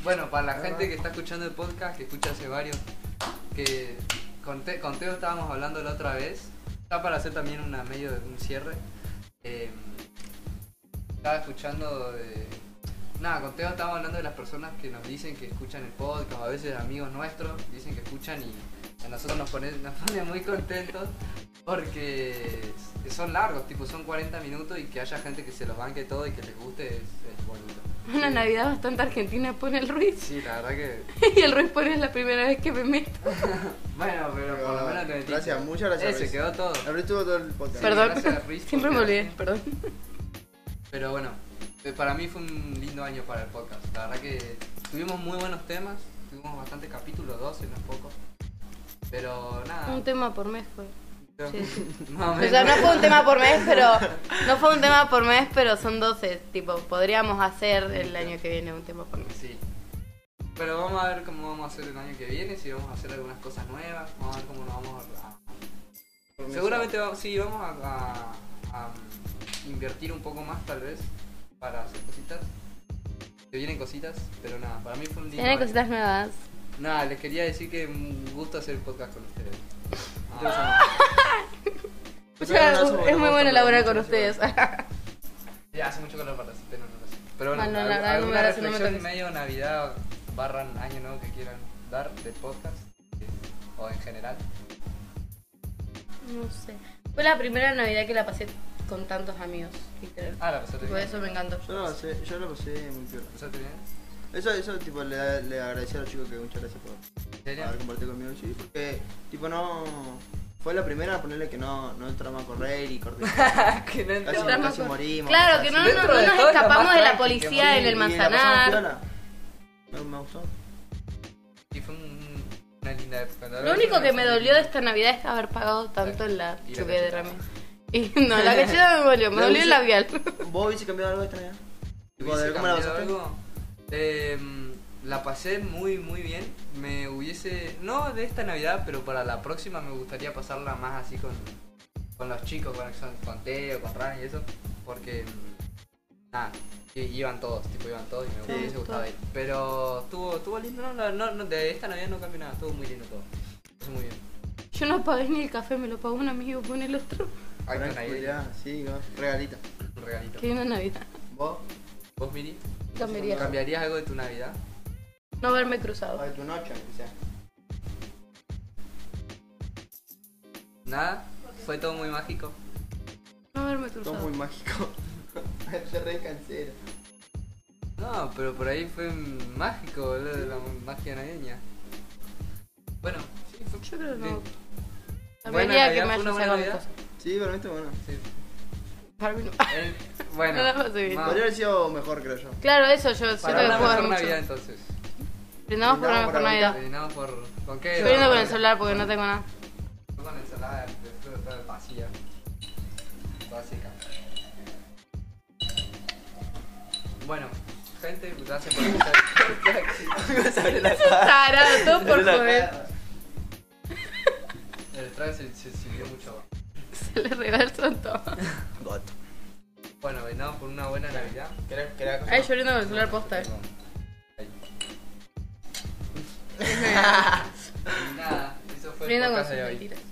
Speaker 2: Bueno, para la gente que está escuchando el podcast, que escucha hace varios, que con, Te- con Teo estábamos hablando la otra vez, está para hacer también una medio de un cierre. eh, estaba escuchando de... Nada, con Teo estábamos hablando de las personas que nos dicen que escuchan el podcast, a veces amigos nuestros dicen que escuchan y a nosotros nos pone, nos [laughs] pone muy contentos porque son largos, tipo son 40 minutos y que haya gente que se los banque todo y que les guste es, es bonito.
Speaker 1: Una
Speaker 2: Sí.
Speaker 1: Navidad bastante argentina pone el Ruiz. [laughs]
Speaker 2: Sí, la verdad que.
Speaker 1: Y el Ruiz pone es la primera vez que me meto.
Speaker 2: Bueno, pero por lo menos te metiste.
Speaker 3: Gracias, muchas gracias.
Speaker 2: Ese
Speaker 3: Ruiz.
Speaker 2: quedó todo.
Speaker 3: Abrí estuvo todo el podcast.
Speaker 1: Perdón. [laughs]
Speaker 2: gracias, Ruiz,
Speaker 1: Siempre me
Speaker 2: porque-
Speaker 1: olvidé, perdón.
Speaker 2: Pero bueno, eh, para mí fue un lindo año para el podcast. La verdad que tuvimos muy buenos temas, tuvimos bastantes capítulos, 12, no es poco. Pero nada.
Speaker 1: Un tema por mes fue.
Speaker 2: [laughs] Más o
Speaker 1: O
Speaker 2: menos.
Speaker 1: Ah. sea, no fue un tema por mes, pero. No fue un tema por mes, pero son 12. Tipo, podríamos hacer el año que viene un tema por mes.
Speaker 2: Sí. Pero vamos a ver cómo vamos a hacer el año que viene, si vamos a hacer algunas cosas nuevas, vamos a ver cómo nos vamos a Seguramente va- sí, vamos a, a- a invertir un poco más tal vez para hacer cositas. Se vienen cositas, pero nada, para mí fue un día.
Speaker 1: Tienen cositas nuevas.
Speaker 2: Nada, les quería decir que un gusto hacer podcast con ustedes. Ah,
Speaker 1: O
Speaker 3: Pues
Speaker 1: sea,
Speaker 3: un abrazo,
Speaker 1: es muy
Speaker 3: vos
Speaker 1: bueno
Speaker 3: también,
Speaker 1: laburar con
Speaker 3: muchas
Speaker 1: ustedes.
Speaker 2: ya, hace mucho calor para pero no lo sé. Pero bueno, algu-
Speaker 1: Bueno, la verdad, no me
Speaker 2: alguna
Speaker 1: parece, no me
Speaker 2: reflexión
Speaker 1: parece.
Speaker 2: medio Navidad barra año nuevo que quieran dar del podcast eh, o en general.
Speaker 1: [laughs] No sé. Fue la primera Navidad que la pasé con tantos amigos, literal.
Speaker 2: Ah, la pasaste
Speaker 1: Tipo,
Speaker 2: bien.
Speaker 1: eso me encantó.
Speaker 3: Yo lo pasé, yo lo pasé muy peor.
Speaker 2: ¿Pasaste bien?
Speaker 3: Eso, eso tipo, le, le agradecí a los chicos que muchas gracias por
Speaker 2: ¿En serio?
Speaker 3: haber compartido conmigo. Sí, porque, tipo, no. Fue la primera a ponerle que no, no entramos a correr
Speaker 1: [laughs]
Speaker 3: y corté.
Speaker 2: que no
Speaker 3: Casi,
Speaker 2: entró.
Speaker 1: Entramos
Speaker 3: casi
Speaker 1: con-
Speaker 3: morimos.
Speaker 1: Claro,
Speaker 3: cosas
Speaker 1: que
Speaker 3: así.
Speaker 1: no, no-
Speaker 2: Dentro
Speaker 1: no
Speaker 2: de
Speaker 1: nos
Speaker 2: todo es lo
Speaker 1: escapamos
Speaker 2: más
Speaker 1: de la
Speaker 2: tranqui que
Speaker 1: policía en
Speaker 3: Sí,
Speaker 1: el
Speaker 3: y la pasamos
Speaker 1: manzanar.
Speaker 3: piola. Me, me gustó.
Speaker 2: Y fue un- una linda época. la
Speaker 1: Lo
Speaker 2: verdad
Speaker 1: único que me
Speaker 2: pasé
Speaker 1: dolió de
Speaker 2: bien.
Speaker 1: esta Navidad es haber pagado tanto en la
Speaker 2: Y la
Speaker 1: chuquedera.
Speaker 2: cachetada.
Speaker 1: [laughs] Y no, la cacheta me dolió, me
Speaker 3: La
Speaker 1: dolió el
Speaker 3: usa-
Speaker 1: labial. [laughs]
Speaker 3: ¿Vos hubiese cambiado algo esta Navidad?
Speaker 2: [laughs]
Speaker 3: Tipo,
Speaker 2: ¿Hubiese
Speaker 3: de ¿Cómo la
Speaker 2: cambiado
Speaker 3: pasaste?
Speaker 2: algo? Em, la pasé muy muy bien. Me hubiese no de esta Navidad, pero para la próxima me gustaría pasarla más así con con los chicos, con, con Teo, con Rani y eso, porque mm, nada, i- iban todos, tipo iban todos y me
Speaker 3: Sí.
Speaker 2: hubiese gustado ir. Pero estuvo estuvo lindo, no, la- no, no, de esta Navidad no cambió nada, estuvo muy lindo todo. Estuvo muy bien.
Speaker 1: Yo no pagué ni el café, me lo pagó un amigo con el otro.
Speaker 2: Acto
Speaker 3: Tranquilidad,
Speaker 2: navideño.
Speaker 3: Sí, no, regalito.
Speaker 2: Un regalito.
Speaker 1: Que una Navidad.
Speaker 4: ¿Vos?
Speaker 2: ¿Vos, Miri?
Speaker 1: Cambiaría.
Speaker 2: ¿Cambiarías algo de tu Navidad?
Speaker 1: No verme cruzado.
Speaker 4: de tu noche, aunque sea.
Speaker 2: ¿Nada? ¿Fue todo muy mágico?
Speaker 1: No verme
Speaker 3: Todo
Speaker 1: cruzado.
Speaker 3: muy mágico. [laughs] Se re cansero.
Speaker 2: No, pero por ahí fue mágico, boludo, de la magia navideña. Bueno, sí, fue
Speaker 1: Yo creo que no.
Speaker 2: Sí. Buena
Speaker 1: Cambiaría que
Speaker 2: Navidad,
Speaker 1: me
Speaker 2: fue una buena
Speaker 1: haya sacado las
Speaker 2: Navidad.
Speaker 1: cosas.
Speaker 3: Sí, pero esto bueno.
Speaker 2: sí.
Speaker 1: Para mí no.
Speaker 2: El- [laughs] bueno,
Speaker 1: No la pasé bien.
Speaker 2: ma-
Speaker 3: Podría haber sido mejor, creo yo.
Speaker 1: Claro, eso yo siento
Speaker 2: para
Speaker 1: que
Speaker 2: una
Speaker 1: puedo
Speaker 2: mejor
Speaker 1: ver mucho.
Speaker 2: Navidad entonces.
Speaker 1: Brindamos por una
Speaker 3: Brindamos por
Speaker 1: mejor
Speaker 3: la
Speaker 1: Navidad.
Speaker 2: Terminamos por. ¿Con qué?
Speaker 1: Estoy viendo con el celular porque no tengo
Speaker 2: [laughs]
Speaker 1: nada.
Speaker 2: Yo con ensalada de fruta vacía. Básica. Bueno, gente, gracias por estar
Speaker 3: [laughs]
Speaker 1: Tarado, todo por
Speaker 3: Era la
Speaker 1: joder.
Speaker 3: cara.
Speaker 2: El traje se, se sirvió mucho agua.
Speaker 1: Se le regaló el santo.
Speaker 2: Bueno, venamos por una buena Navidad.
Speaker 3: ¿Querés- querés
Speaker 1: Ay, yo brindo con el celular posta. eh.
Speaker 2: Ahí.
Speaker 1: [laughs]
Speaker 2: Y Nada, eso fue el
Speaker 1: Brindo con
Speaker 2: podcast
Speaker 1: sus
Speaker 2: de hoy. Eh,
Speaker 1: mentiras.